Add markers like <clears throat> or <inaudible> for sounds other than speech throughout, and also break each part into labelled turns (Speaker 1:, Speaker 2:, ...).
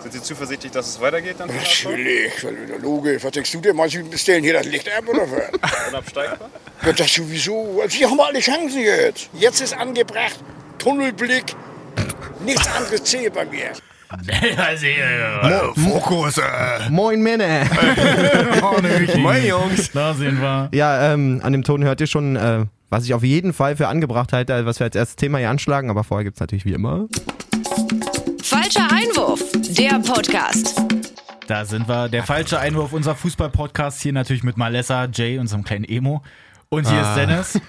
Speaker 1: Sind Sie zuversichtlich, dass es weitergeht dann?
Speaker 2: Natürlich, weil wieder Loge. Was denkst du denn? Manche stellen hier das Licht ab oder was?
Speaker 1: Unabsteigbar?
Speaker 2: Ja, das sowieso. Also hier haben wir alle Chancen jetzt. Jetzt ist angebracht. Tunnelblick. Nichts anderes zählt bei mir.
Speaker 3: <laughs> also, äh,
Speaker 4: Fokus, äh.
Speaker 5: Moin Männer! <laughs>
Speaker 4: Moin, Jungs.
Speaker 3: da sehen wir.
Speaker 5: Ja, ähm, an dem Ton hört ihr schon, äh, was ich auf jeden Fall für angebracht halte, was wir als erstes Thema hier anschlagen, aber vorher gibt's natürlich wie immer.
Speaker 6: Falscher Einwurf, der Podcast.
Speaker 3: Da sind wir. Der falsche Einwurf, unser Fußball-Podcast. Hier natürlich mit Malessa, Jay und so einem kleinen Emo. Und hier
Speaker 4: Ah.
Speaker 3: ist Dennis.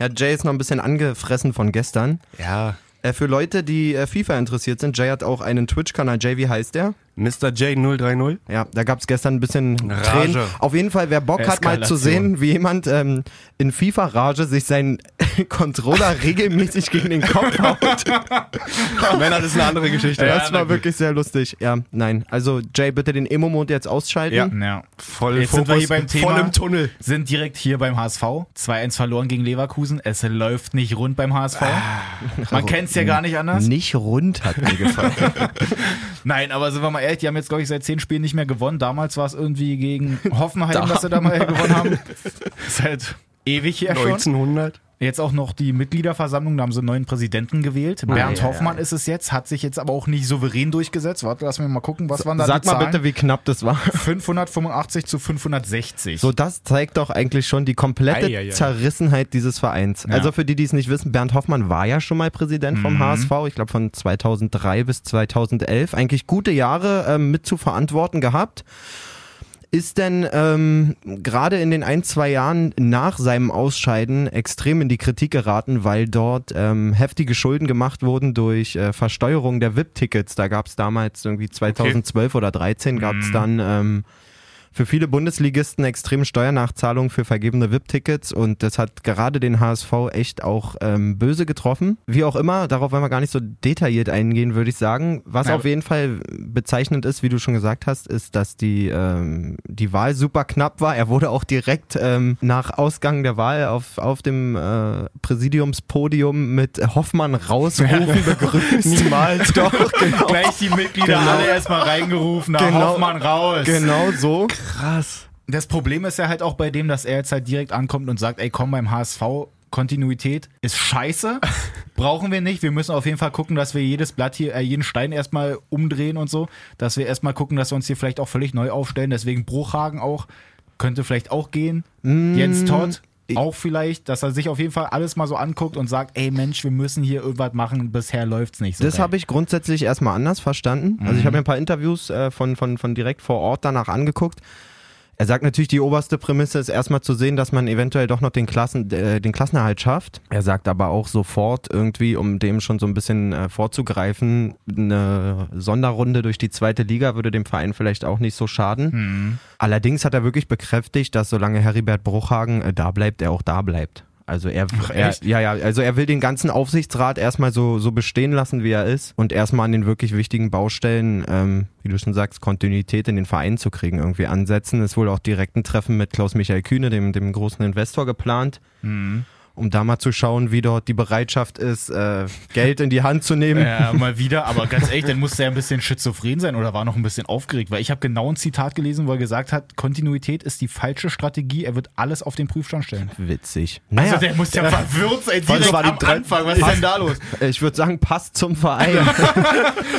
Speaker 5: Ja, Jay ist noch ein bisschen angefressen von gestern.
Speaker 4: Ja.
Speaker 5: Äh, für Leute, die äh, FIFA interessiert sind, Jay hat auch einen Twitch-Kanal. Jay, wie heißt der?
Speaker 4: Mr. J030.
Speaker 5: Ja, da gab's gestern ein bisschen
Speaker 4: Rage.
Speaker 5: Tränen. Auf jeden Fall, wer Bock hat, mal zu
Speaker 3: Eskalation.
Speaker 5: sehen, wie jemand ähm, in FIFA-Rage sich seinen <laughs> Controller regelmäßig gegen
Speaker 4: <laughs>
Speaker 5: den Kopf haut.
Speaker 4: Männer, das ist eine andere Geschichte.
Speaker 5: das war wirklich sehr lustig. Ja, nein. Also, Jay, bitte den Emo-Mode jetzt ausschalten.
Speaker 4: <laughs> Ja.
Speaker 3: Ja.
Speaker 4: Voll
Speaker 3: Jetzt sind wir hier beim Thema.
Speaker 4: Voll im Tunnel.
Speaker 3: Sind direkt hier beim HSV. 2-1 verloren gegen Leverkusen. Es läuft nicht rund beim HSV.
Speaker 4: Ah, oh,
Speaker 3: Man kennt's ja gar nicht anders.
Speaker 5: Mhm. Nicht
Speaker 4: <laughs>
Speaker 5: rund hat mir gefallen.
Speaker 3: Nein, aber sind wir mal ehrlich, die haben jetzt, glaube ich, seit zehn Spielen nicht mehr gewonnen. Damals war es irgendwie gegen
Speaker 4: <laughs>
Speaker 3: Hoffenheim, dass sie da mal gewonnen haben. Ist halt ewig her schon.
Speaker 4: 1900.
Speaker 3: Jetzt auch noch die Mitgliederversammlung, da haben sie einen neuen Präsidenten gewählt.
Speaker 5: Ah,
Speaker 3: Bernd Hoffmann ist es jetzt, hat sich jetzt aber auch nicht souverän durchgesetzt. Warte, lass mich mal gucken, was waren da
Speaker 5: Sag
Speaker 3: die
Speaker 5: mal
Speaker 3: Zahlen?
Speaker 5: bitte, wie knapp das war.
Speaker 3: 585 zu 560.
Speaker 5: So, das zeigt doch eigentlich schon die komplette
Speaker 4: Ei, ei, ei.
Speaker 5: Zerrissenheit dieses Vereins. Also für die, die es nicht wissen, Bernd Hoffmann war ja schon mal Präsident
Speaker 4: Mhm.
Speaker 5: vom HSV, ich glaube von 2003 bis 2011. Eigentlich gute Jahre ähm, mit zu verantworten gehabt. Ist denn ähm, gerade in den ein, zwei Jahren nach seinem Ausscheiden extrem in die Kritik geraten, weil dort ähm, heftige Schulden gemacht wurden durch äh, Versteuerung der VIP-Tickets. Da gab es damals irgendwie 2012 oder 13 gab
Speaker 4: Mhm.
Speaker 5: es dann ähm, für viele Bundesligisten extreme Steuernachzahlungen für vergebene VIP-Tickets und das hat gerade den HSV echt auch ähm, böse getroffen. Wie auch immer, darauf wollen wir gar nicht so detailliert eingehen, würde ich sagen. Was
Speaker 3: Ja,
Speaker 5: auf jeden Fall bezeichnend ist, wie du schon gesagt hast, ist, dass die, ähm, die Wahl super knapp war. Er wurde auch direkt ähm, nach Ausgang der Wahl auf, auf dem äh, Präsidiumspodium mit Hoffmann rausrufen begrüßt. Niemals <laughs> doch, genau.
Speaker 3: Gleich die Mitglieder
Speaker 5: Genau.
Speaker 3: alle erstmal reingerufen, na
Speaker 5: Genau.
Speaker 3: Hoffmann raus.
Speaker 5: Genau so.
Speaker 3: Das Problem ist ja halt auch bei dem, dass er jetzt halt direkt ankommt und sagt, ey komm beim HSV, Kontinuität ist
Speaker 5: <laughs>
Speaker 3: scheiße, brauchen wir nicht. Wir müssen auf jeden Fall gucken, dass wir jedes Blatt hier, äh, jeden Stein erstmal umdrehen und so, dass wir erstmal gucken, dass wir uns hier vielleicht auch völlig neu aufstellen. Deswegen Bruchhagen auch, könnte vielleicht auch gehen.
Speaker 5: Mm.
Speaker 3: Jens Todd. Auch vielleicht, dass er sich auf jeden Fall alles mal so anguckt und sagt, ey Mensch, wir müssen hier irgendwas machen, bisher läuft's nicht so.
Speaker 5: Das
Speaker 3: geil.
Speaker 5: habe ich grundsätzlich erstmal anders verstanden. Also ich habe mir ein paar Interviews äh, von, von, von direkt vor Ort danach angeguckt. Er sagt natürlich, die oberste Prämisse ist erstmal zu sehen, dass man eventuell doch noch den, Klassen, äh, den Klassenerhalt schafft. Er sagt aber auch sofort irgendwie, um dem schon so ein bisschen äh, vorzugreifen, eine Sonderrunde durch die zweite Liga würde dem Verein vielleicht auch nicht so schaden. Allerdings hat er wirklich bekräftigt, dass solange Heribert Bruchhagen äh, da bleibt, er auch da bleibt. Also er, er
Speaker 3: echt?
Speaker 5: ja, ja, also er will den ganzen Aufsichtsrat erstmal so, so bestehen lassen, wie er ist und erstmal an den wirklich wichtigen Baustellen, ähm, wie du schon sagst, Kontinuität in den Verein zu kriegen, irgendwie ansetzen. Ist wohl auch direkt ein Treffen mit Klaus-Michael Kühne, dem, dem großen Investor, geplant.
Speaker 3: Mhm.
Speaker 5: Um da mal zu schauen, wie dort die Bereitschaft ist, äh, Geld in die Hand zu nehmen.
Speaker 3: Ja, Äh, mal wieder, aber ganz ehrlich, dann musste er ein bisschen schizophren sein oder war noch ein bisschen aufgeregt, weil ich habe genau ein Zitat gelesen, wo er gesagt hat, Kontinuität ist die falsche Strategie, er wird alles auf den Prüfstand stellen.
Speaker 5: Witzig. Naja,
Speaker 3: Also der muss ja verwirrt sein,
Speaker 5: Vor allem
Speaker 3: direkt
Speaker 5: war die
Speaker 3: am
Speaker 5: drei-
Speaker 3: Anfang, was ist denn da los?
Speaker 5: ich würde sagen, passt
Speaker 3: <laughs>
Speaker 5: zum Verein.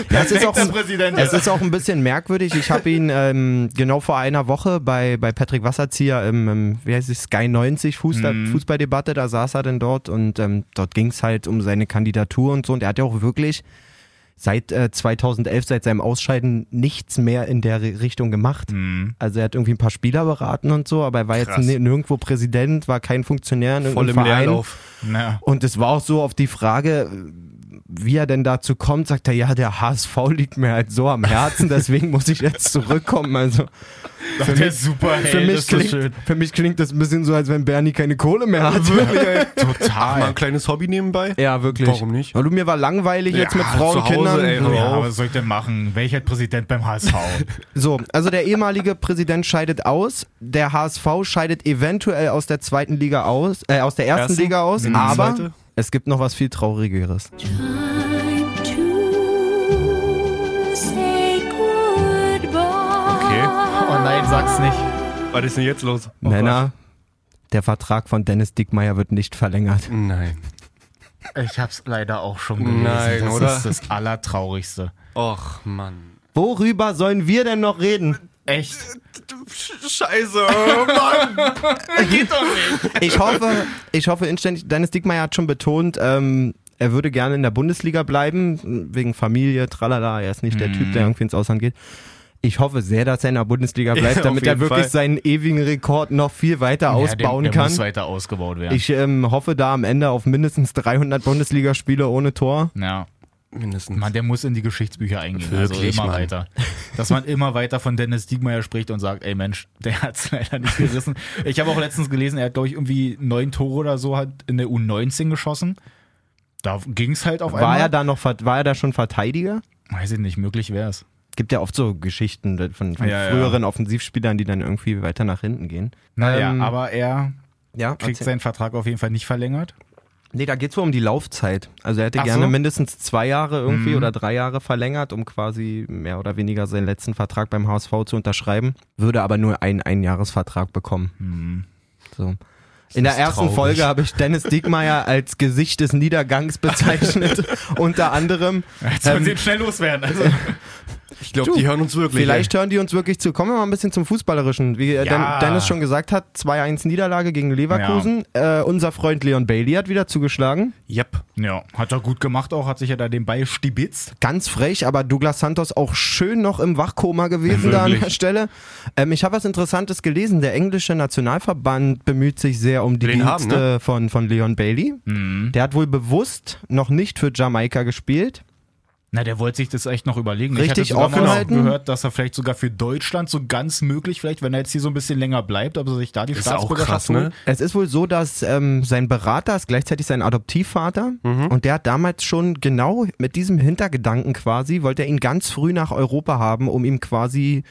Speaker 5: das ist auch Also
Speaker 3: Perfekter
Speaker 5: ein,
Speaker 3: Präsident.
Speaker 5: Es ist auch ein bisschen merkwürdig. Ich habe ihn ähm, genau vor einer Woche bei, bei Patrick Wasserzieher im, im wie heißt es, Sky 90 Fußball,
Speaker 4: Mhm.
Speaker 5: Fußballdebatte, da saß er denn dort und ähm, dort ging es halt um seine Kandidatur und so. Und er hat ja auch wirklich seit äh, 2011, seit seinem Ausscheiden, nichts mehr in der Ri- Richtung gemacht. Also er hat irgendwie ein paar Spieler beraten und so, aber er war
Speaker 4: Mhm. Krass.
Speaker 5: jetzt ni- nirgendwo Präsident, war kein Funktionär in
Speaker 4: Voll
Speaker 5: irgendeinem
Speaker 4: im
Speaker 5: Verein.
Speaker 4: Leerlauf.
Speaker 3: Na,
Speaker 5: Und es war auch so auf die Frage, wie er denn dazu kommt, sagt er, ja, der HSV liegt mir halt so am Herzen, deswegen muss ich jetzt zurückkommen. Also
Speaker 3: für mich, super, hey,
Speaker 5: für, mich
Speaker 3: das ist so
Speaker 5: klingt, für mich klingt das ein bisschen so, als wenn Bernie keine Kohle mehr hat.
Speaker 3: schön.
Speaker 4: Mal
Speaker 3: Total.
Speaker 4: ein kleines Hobby nebenbei.
Speaker 5: Ja, wirklich.
Speaker 4: Warum nicht?
Speaker 5: Aber du, mir war langweilig jetzt
Speaker 4: Ja,
Speaker 5: mit Frauen
Speaker 4: zu
Speaker 5: und
Speaker 4: Hause,
Speaker 5: Kindern.
Speaker 4: ey, hör
Speaker 3: Ja,
Speaker 4: auf.
Speaker 3: was soll ich denn machen? Welcher Präsident beim HSV?
Speaker 5: So, also der ehemalige Präsident scheidet aus, der HSV scheidet eventuell aus der zweiten Liga aus, äh, aus der ersten
Speaker 4: Erste?
Speaker 5: Liga aus,
Speaker 4: Mhm.
Speaker 5: aber
Speaker 4: Zweite? Oh
Speaker 5: es gibt noch was viel traurigeres.
Speaker 7: Time to say goodbye.
Speaker 3: Oh sag's nicht.
Speaker 4: Was ist denn jetzt los? Oh
Speaker 5: Männer, der Vertrag von Dennis Dickmeyer wird nicht verlängert.
Speaker 4: Gott. Nein.
Speaker 3: Ich hab's leider auch schon gelesen.
Speaker 4: Nein,
Speaker 3: das
Speaker 4: oder?
Speaker 3: ist das Allertraurigste.
Speaker 4: Och, Mann.
Speaker 5: Worüber sollen wir denn noch reden?
Speaker 3: Echt?
Speaker 4: Scheiße.
Speaker 3: Äh,
Speaker 5: <laughs> Ich hoffe, ich hoffe inständig, Dennis Dickmeyer hat schon betont, ähm, er würde gerne in der Bundesliga bleiben, wegen Familie, tralala, er ist nicht der Typ, der
Speaker 3: Mhm.
Speaker 5: irgendwie ins Ausland geht. Ich hoffe sehr, dass er in der Bundesliga
Speaker 3: <laughs>
Speaker 5: bleibt,
Speaker 4: auf
Speaker 5: damit er
Speaker 4: jeden
Speaker 5: wirklich
Speaker 4: Fall.
Speaker 5: seinen ewigen Rekord noch viel weiter ausbauen
Speaker 3: ja, der, der
Speaker 5: kann.
Speaker 3: muss weiter ausgebaut werden.
Speaker 5: Ich ähm, hoffe da am Ende auf mindestens 300 Bundesligaspiele ohne Tor.
Speaker 3: ja.
Speaker 4: Mindestens.
Speaker 3: Mann, der muss in die Geschichtsbücher eingehen.
Speaker 4: Wirklich,
Speaker 3: also immer
Speaker 4: Mann.
Speaker 3: weiter. Dass man immer weiter von Dennis Diekmeyer spricht und sagt, ey Mensch, der hat's <laughs> leider nicht gerissen. Ich habe auch letztens gelesen, er hat, glaube ich, irgendwie neun Tore oder so hat in der U19 geschossen. Da ging's halt auf
Speaker 5: War
Speaker 3: einmal.
Speaker 5: er da noch, vert- war er da schon Verteidiger?
Speaker 3: Weiß ich nicht, möglich wär's.
Speaker 5: Gibt ja oft so Geschichten von, von
Speaker 3: Ja, ja.
Speaker 5: früheren Offensivspielern, die dann irgendwie weiter nach hinten gehen.
Speaker 3: Naja,
Speaker 5: Ähm,
Speaker 3: aber er
Speaker 5: Ja,
Speaker 3: kriegt
Speaker 5: erzähl.
Speaker 3: seinen Vertrag auf jeden Fall nicht verlängert.
Speaker 5: Nee, da geht's wohl um die Laufzeit. Also er hätte
Speaker 3: Ach
Speaker 5: gerne
Speaker 3: so. Mhm.
Speaker 5: mindestens zwei Jahre irgendwie oder drei Jahre verlängert, um quasi mehr oder weniger seinen letzten Vertrag beim HSV zu unterschreiben. Würde aber nur einen Einjahresvertrag bekommen. So. In der
Speaker 3: Mhm. ist
Speaker 5: ersten
Speaker 3: traurig.
Speaker 5: Folge habe ich
Speaker 3: <laughs>
Speaker 5: Dennis Diekmeyer als Gesicht des Niedergangs bezeichnet, unter anderem.
Speaker 3: Jetzt
Speaker 5: Ähm,
Speaker 3: sollen sie ihn schnell loswerden. Also,
Speaker 4: Ich glaube, die hören uns wirklich.
Speaker 5: Vielleicht hören die uns wirklich zu. Kommen wir mal ein bisschen zum Fußballerischen. Wie äh, Den- Dennis schon gesagt hat, 2-1 Niederlage gegen Leverkusen. Äh, unser Freund Leon Bailey hat wieder zugeschlagen.
Speaker 4: ey. Yep.
Speaker 3: ja, hat er gut gemacht auch, hat sich ja da den Ball stibitzt.
Speaker 5: Ganz frech, aber Douglas Santos auch schön noch im Wachkoma gewesen da an
Speaker 4: Wirklich.
Speaker 5: der Stelle. Ähm, ich habe was Interessantes gelesen. Der englische Nationalverband bemüht sich sehr um die
Speaker 4: Den haben, ne?
Speaker 5: Dienste von, von Leon Bailey. Der hat wohl bewusst noch nicht für Jamaika gespielt.
Speaker 3: Na, der wollte sich das echt noch überlegen.
Speaker 5: Richtig
Speaker 3: ich hatte sogar
Speaker 5: offen
Speaker 3: mal noch
Speaker 5: halten.
Speaker 3: gehört, dass er vielleicht sogar für Deutschland so ganz möglich, vielleicht, wenn er jetzt hier so ein bisschen länger bleibt, ob er sich da die
Speaker 4: Ist auch
Speaker 3: Staatsbürgerschaft
Speaker 4: krass, ne?
Speaker 3: holt.
Speaker 5: Es ist wohl so, dass ähm, sein Berater ist gleichzeitig sein Adoptivvater
Speaker 4: Mhm.
Speaker 5: und der hat damals schon genau mit diesem Hintergedanken quasi, wollte er ihn ganz früh nach Europa haben, um ihm quasi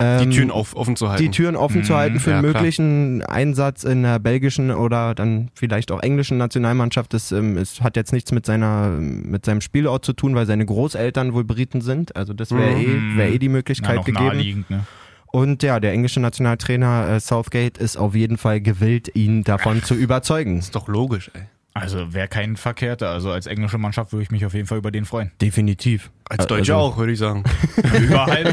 Speaker 4: Die Türen auf, offen zu halten. Mhm,
Speaker 5: die Türen offen zu halten für
Speaker 4: ja,
Speaker 5: einen
Speaker 4: klar.
Speaker 5: möglichen Einsatz in der belgischen oder dann vielleicht auch englischen Nationalmannschaft. Das ähm, es hat jetzt nichts mit seiner mit seinem Spielort zu tun, weil seine Großeltern wohl Briten sind. Also das wäre eh,
Speaker 4: Mhm.
Speaker 5: wär eh die
Speaker 3: Na,
Speaker 5: Möglichkeit
Speaker 3: noch
Speaker 5: gegeben.
Speaker 3: naheliegend, ne?
Speaker 5: Und ja, der englische Nationaltrainer äh, Southgate ist auf jeden Fall gewillt, ihn davon zu überzeugen.
Speaker 4: Ist doch logisch, ey.
Speaker 3: Also wäre kein Verkehrter. Also als englische Mannschaft würde ich mich auf jeden Fall über den freuen.
Speaker 5: Definitiv.
Speaker 4: Als Deutsche
Speaker 5: also,
Speaker 4: auch, würde ich sagen.
Speaker 3: Überall.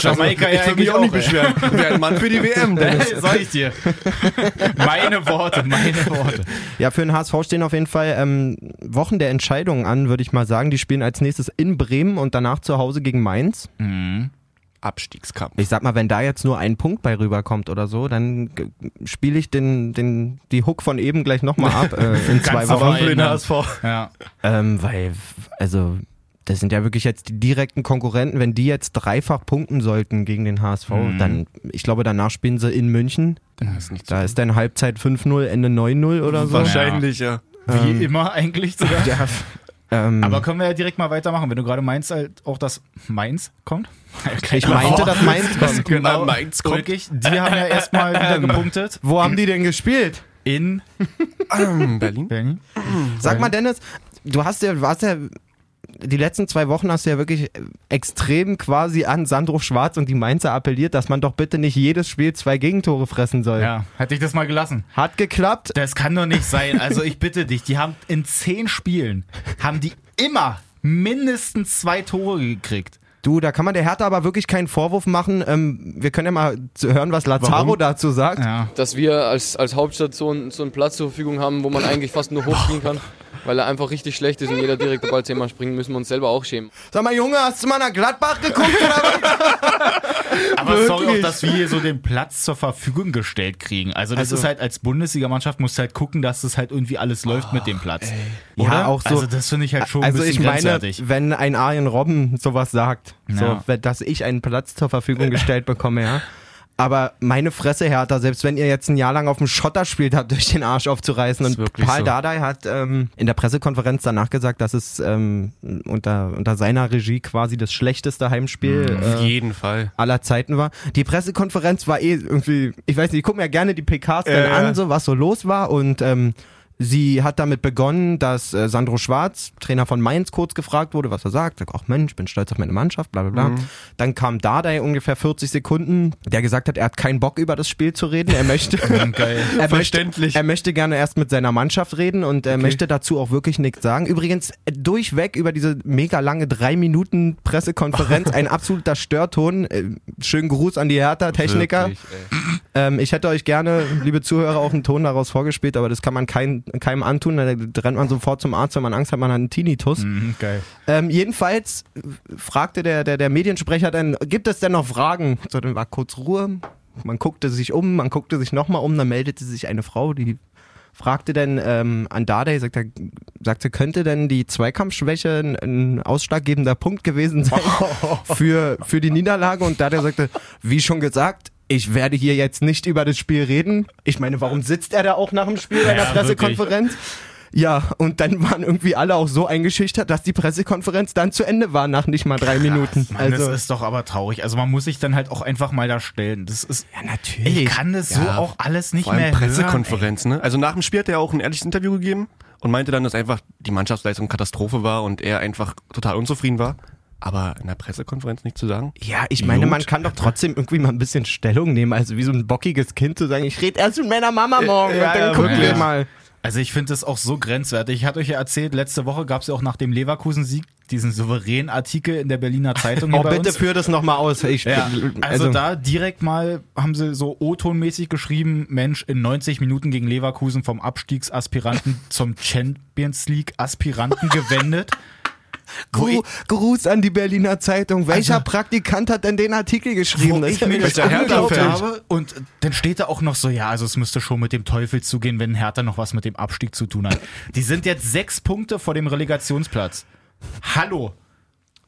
Speaker 3: Jamaika ja eigentlich auch. ey.
Speaker 4: beschweren. Wäre ein Mann für die WM, Dennis.
Speaker 3: Sag ich dir. meine Worte, meine Worte.
Speaker 5: Ja, für den HSV stehen auf jeden Fall ähm, Wochen der Entscheidungen an, würde ich mal sagen. Die spielen als nächstes in Bremen und danach zu Hause gegen Mainz.
Speaker 4: Abstiegskampf.
Speaker 5: Ich sag mal, wenn da jetzt nur ein Punkt bei rüberkommt oder so, dann spiele ich den, den, die Hook von eben gleich <laughs> nochmal ab äh, in zwei
Speaker 3: Ganz
Speaker 5: Wochen.
Speaker 3: normal.
Speaker 4: Für den
Speaker 3: Nein.
Speaker 4: HSV.
Speaker 3: Ja.
Speaker 5: Ähm, weil, also, das sind ja wirklich jetzt die direkten Konkurrenten. Wenn die jetzt dreifach punkten sollten gegen den HSV, dann, ich glaube, danach spielen sie in München. Da Mhm. ist dann Halbzeit 5-0, Ende 9-0 oder so.
Speaker 4: Wahrscheinlich, ja.
Speaker 3: Wie immer eigentlich sogar.
Speaker 5: Ja. <laughs> Ähm,
Speaker 3: Aber können wir ja direkt mal weitermachen, wenn du gerade meinst, halt auch das Mainz
Speaker 5: <laughs>
Speaker 3: kommt.
Speaker 5: ich meinte, dass Mainz <laughs> kommt.
Speaker 3: Genau,
Speaker 4: Mainz kommt.
Speaker 3: Drück ich. Die haben ja erstmal
Speaker 5: <laughs>
Speaker 3: wieder gepunktet.
Speaker 5: Wo haben die denn gespielt?
Speaker 3: In
Speaker 4: Berlin?
Speaker 3: Berlin.
Speaker 5: Sag mal, Dennis, du hast ja, warst ja, die letzten zwei Wochen hast du ja wirklich extrem quasi an Sandro Schwarz und die Mainzer appelliert, dass man doch bitte nicht jedes Spiel zwei Gegentore fressen soll.
Speaker 3: Ja, hätte ich das mal gelassen.
Speaker 5: Hat geklappt.
Speaker 3: Das kann doch nicht sein. Also ich bitte dich, die haben in zehn Spielen, haben die immer mindestens zwei Tore gekriegt.
Speaker 5: Du, da kann man der Hertha aber wirklich keinen Vorwurf machen. Ähm, wir können ja mal zu- hören, was Lazaro dazu sagt.
Speaker 3: Ja.
Speaker 7: dass wir als, als Hauptstation so einen Platz zur Verfügung haben, wo man eigentlich fast nur hochspielen kann, weil er einfach richtig schlecht ist und jeder direkt den Ball zehnmal springt, müssen wir uns selber auch schämen.
Speaker 5: Sag mal, Junge, hast du mal nach Gladbach
Speaker 3: <laughs>
Speaker 5: geguckt?
Speaker 3: Aber sorry auch, dass wir hier so den Platz zur Verfügung gestellt kriegen. Also das ist halt als Bundesligamannschaft musst du halt gucken, dass das halt irgendwie alles läuft mit dem Platz. Oder?
Speaker 5: Ja, auch so.
Speaker 3: Also das finde ich halt schon
Speaker 5: also
Speaker 3: ein bisschen
Speaker 5: ich meine,
Speaker 3: grenzwertig.
Speaker 5: wenn ein Arjen Robben sowas sagt,
Speaker 3: Ja.
Speaker 5: so, dass ich einen Platz zur Verfügung gestellt bekomme, ja. Aber meine Fresse, Hertha, selbst wenn ihr jetzt ein Jahr lang auf dem Schotter spielt habt, euch den Arsch aufzureißen. Und
Speaker 4: wirklich
Speaker 5: Paul
Speaker 4: so.
Speaker 5: Dardai hat ähm, in der Pressekonferenz danach gesagt, dass es ähm, unter, unter seiner Regie quasi das schlechteste
Speaker 3: Mhm.
Speaker 5: Heimspiel
Speaker 4: Auf
Speaker 5: äh,
Speaker 4: jeden Fall.
Speaker 5: aller Zeiten war. Die Pressekonferenz war eh irgendwie, ich weiß nicht, ich gucke mir ja gerne die PKs dann
Speaker 4: Ja, ja.
Speaker 5: an, so was so los war und ähm, Sie hat damit begonnen, dass äh, Sandro Schwarz, Trainer von Mainz, kurz gefragt wurde, was er sagt. Sagt, ach Mensch, bin stolz auf meine Mannschaft, bla bla bla. Dann kam Dardai ungefähr 40 Sekunden, der gesagt hat, er hat keinen Bock über das Spiel zu reden. Er <laughs> möchte,
Speaker 3: Geil.
Speaker 5: er
Speaker 4: Verständlich.
Speaker 5: Möchte, er möchte gerne erst mit seiner Mannschaft reden und er möchte dazu auch wirklich nichts sagen. Übrigens, äh, durchweg über diese mega lange drei Minuten
Speaker 4: <laughs>
Speaker 5: Pressekonferenz ein absoluter Störton. Äh, Schönen Gruß an die Hertha-Techniker.
Speaker 4: Wirklich, ey.
Speaker 5: Ähm, ich hätte euch gerne, liebe Zuhörer, auch einen Ton daraus vorgespielt, aber das kann man kein, keinem antun. Da rennt man sofort zum Arzt, wenn man Angst hat, man hat einen Tinnitus.
Speaker 3: Mhm, geil.
Speaker 5: Ähm, jedenfalls fragte der, der, der Mediensprecher dann, gibt es denn noch Fragen? So, dann war kurz Ruhe. Man guckte sich um, man guckte sich nochmal um, dann meldete sich eine Frau, die fragte dann ähm, an Dardai, sagte, sagte, könnte denn die Zweikampfschwäche ein, ein ausschlaggebender Punkt gewesen sein für, für die Niederlage? Und Dardai sagte, wie schon gesagt, ich werde hier jetzt nicht über das Spiel reden. Ich meine, warum sitzt er da auch nach dem Spiel bei der
Speaker 3: Ja,
Speaker 5: Pressekonferenz? Ja, und dann waren irgendwie alle auch so eingeschüchtert, dass die Pressekonferenz dann zu Ende war nach nicht mal drei Minuten.
Speaker 3: Mann,
Speaker 5: also
Speaker 3: das ist doch aber traurig. Also man muss sich dann halt auch einfach mal da stellen. Das ist. Ja,
Speaker 5: natürlich.
Speaker 3: Ich kann das so
Speaker 4: Ja.
Speaker 3: auch alles nicht
Speaker 4: Vor allem
Speaker 3: mehr.
Speaker 4: Pressekonferenz, ne? Also nach dem Spiel hat er auch ein ehrliches Interview gegeben und meinte dann, dass einfach die Mannschaftsleistung Katastrophe war und er einfach total unzufrieden war. Aber in der Pressekonferenz nicht zu sagen.
Speaker 5: ja, ich <laughs> meine,
Speaker 4: Idiot.
Speaker 5: man kann doch trotzdem irgendwie mal ein bisschen Stellung nehmen. Also wie so ein bockiges Kind zu sagen, ich rede erst mit meiner Mama morgen
Speaker 4: ja,
Speaker 5: und dann
Speaker 4: ja,
Speaker 5: gucken wir
Speaker 3: Äh, wirklich.
Speaker 5: mal.
Speaker 3: Hören. Also ich finde das auch so grenzwertig. Ich hatte euch ja erzählt, letzte Woche gab es ja auch nach dem Leverkusen-Sieg diesen souveränen Artikel in der Berliner Zeitung. hier
Speaker 5: <laughs> Oh,
Speaker 3: bei
Speaker 5: bitte
Speaker 3: uns.
Speaker 5: führ das nochmal aus. Ich,
Speaker 3: Ja, also,
Speaker 5: also
Speaker 3: da direkt mal haben sie so O-Ton-mäßig geschrieben, Mensch, in 90 Minuten gegen Leverkusen vom Abstiegsaspiranten zum Champions League-Aspiranten
Speaker 5: <laughs>
Speaker 3: gewendet. Wo
Speaker 5: Gru
Speaker 3: ich-
Speaker 5: Gruß an die Berliner Zeitung. Welcher
Speaker 3: Also-
Speaker 5: Praktikant hat denn den Artikel geschrieben?
Speaker 3: wo
Speaker 4: ne?
Speaker 5: Das
Speaker 3: ich
Speaker 5: ist
Speaker 3: mir das
Speaker 4: Welcher Hertha-Fan?
Speaker 3: angeguckt habe und dann steht da auch noch so, ja, also es müsste schon mit dem Teufel zugehen, wenn Hertha noch was mit dem Abstieg zu tun hat. Die sind jetzt sechs Punkte vor dem Relegationsplatz. Hallo.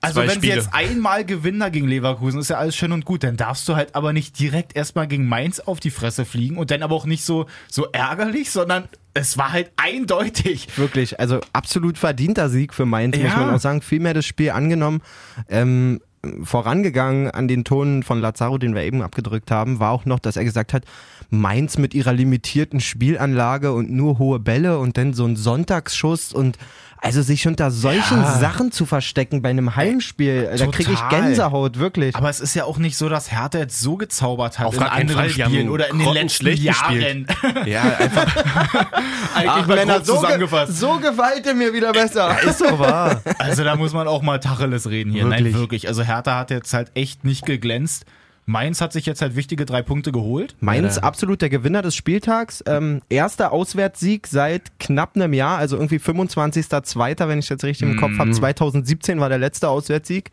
Speaker 3: Also
Speaker 4: Zwei
Speaker 3: wenn
Speaker 4: Spiele.
Speaker 3: sie jetzt einmal gewinnen da gegen Leverkusen, ist ja alles schön und gut, dann darfst du halt aber nicht direkt erstmal gegen Mainz auf die Fresse fliegen und dann aber auch nicht so, so ärgerlich, sondern es war halt eindeutig.
Speaker 5: Wirklich, also absolut verdienter Sieg für Mainz, muss
Speaker 3: Ja.
Speaker 5: man auch sagen. Viel mehr das Spiel angenommen. Ähm, vorangegangen an den Ton von Lazaro, den wir eben abgedrückt haben, war auch noch, dass er gesagt hat, Mainz mit ihrer limitierten Spielanlage und nur hohe Bälle und dann so ein Sonntagsschuss und also sich unter solchen Sachen zu verstecken bei einem Heimspiel, da kriege ich
Speaker 3: Äh, total.
Speaker 5: Gänsehaut, wirklich.
Speaker 3: Aber es ist ja auch nicht so, dass Hertha jetzt so gezaubert hat
Speaker 4: Auf
Speaker 3: in
Speaker 4: gar keinen
Speaker 3: anderen
Speaker 4: Fall. Die haben
Speaker 3: Spielen oder in den letzten
Speaker 4: grottenschlecht
Speaker 3: Jahren. <laughs>
Speaker 4: Ja, einfach
Speaker 3: Eigentlich mal grob
Speaker 5: so, ge
Speaker 3: zusammengefasst.
Speaker 5: so gefällt er mir wieder besser.
Speaker 4: ist so wahr.
Speaker 3: Also da muss man auch mal Tacheles reden hier. Nein,
Speaker 4: Wirklich.
Speaker 3: wirklich. Also Hertha hat jetzt halt echt nicht geglänzt. Mainz hat sich jetzt halt wichtige drei Punkte geholt.
Speaker 5: Mainz absolut der Gewinner des Spieltags. Ähm, erster Auswärtssieg seit knapp einem Jahr, also irgendwie 25.02., wenn ich jetzt richtig im
Speaker 4: Mhm.
Speaker 5: Kopf habe. 2017 war der letzte Auswärtssieg.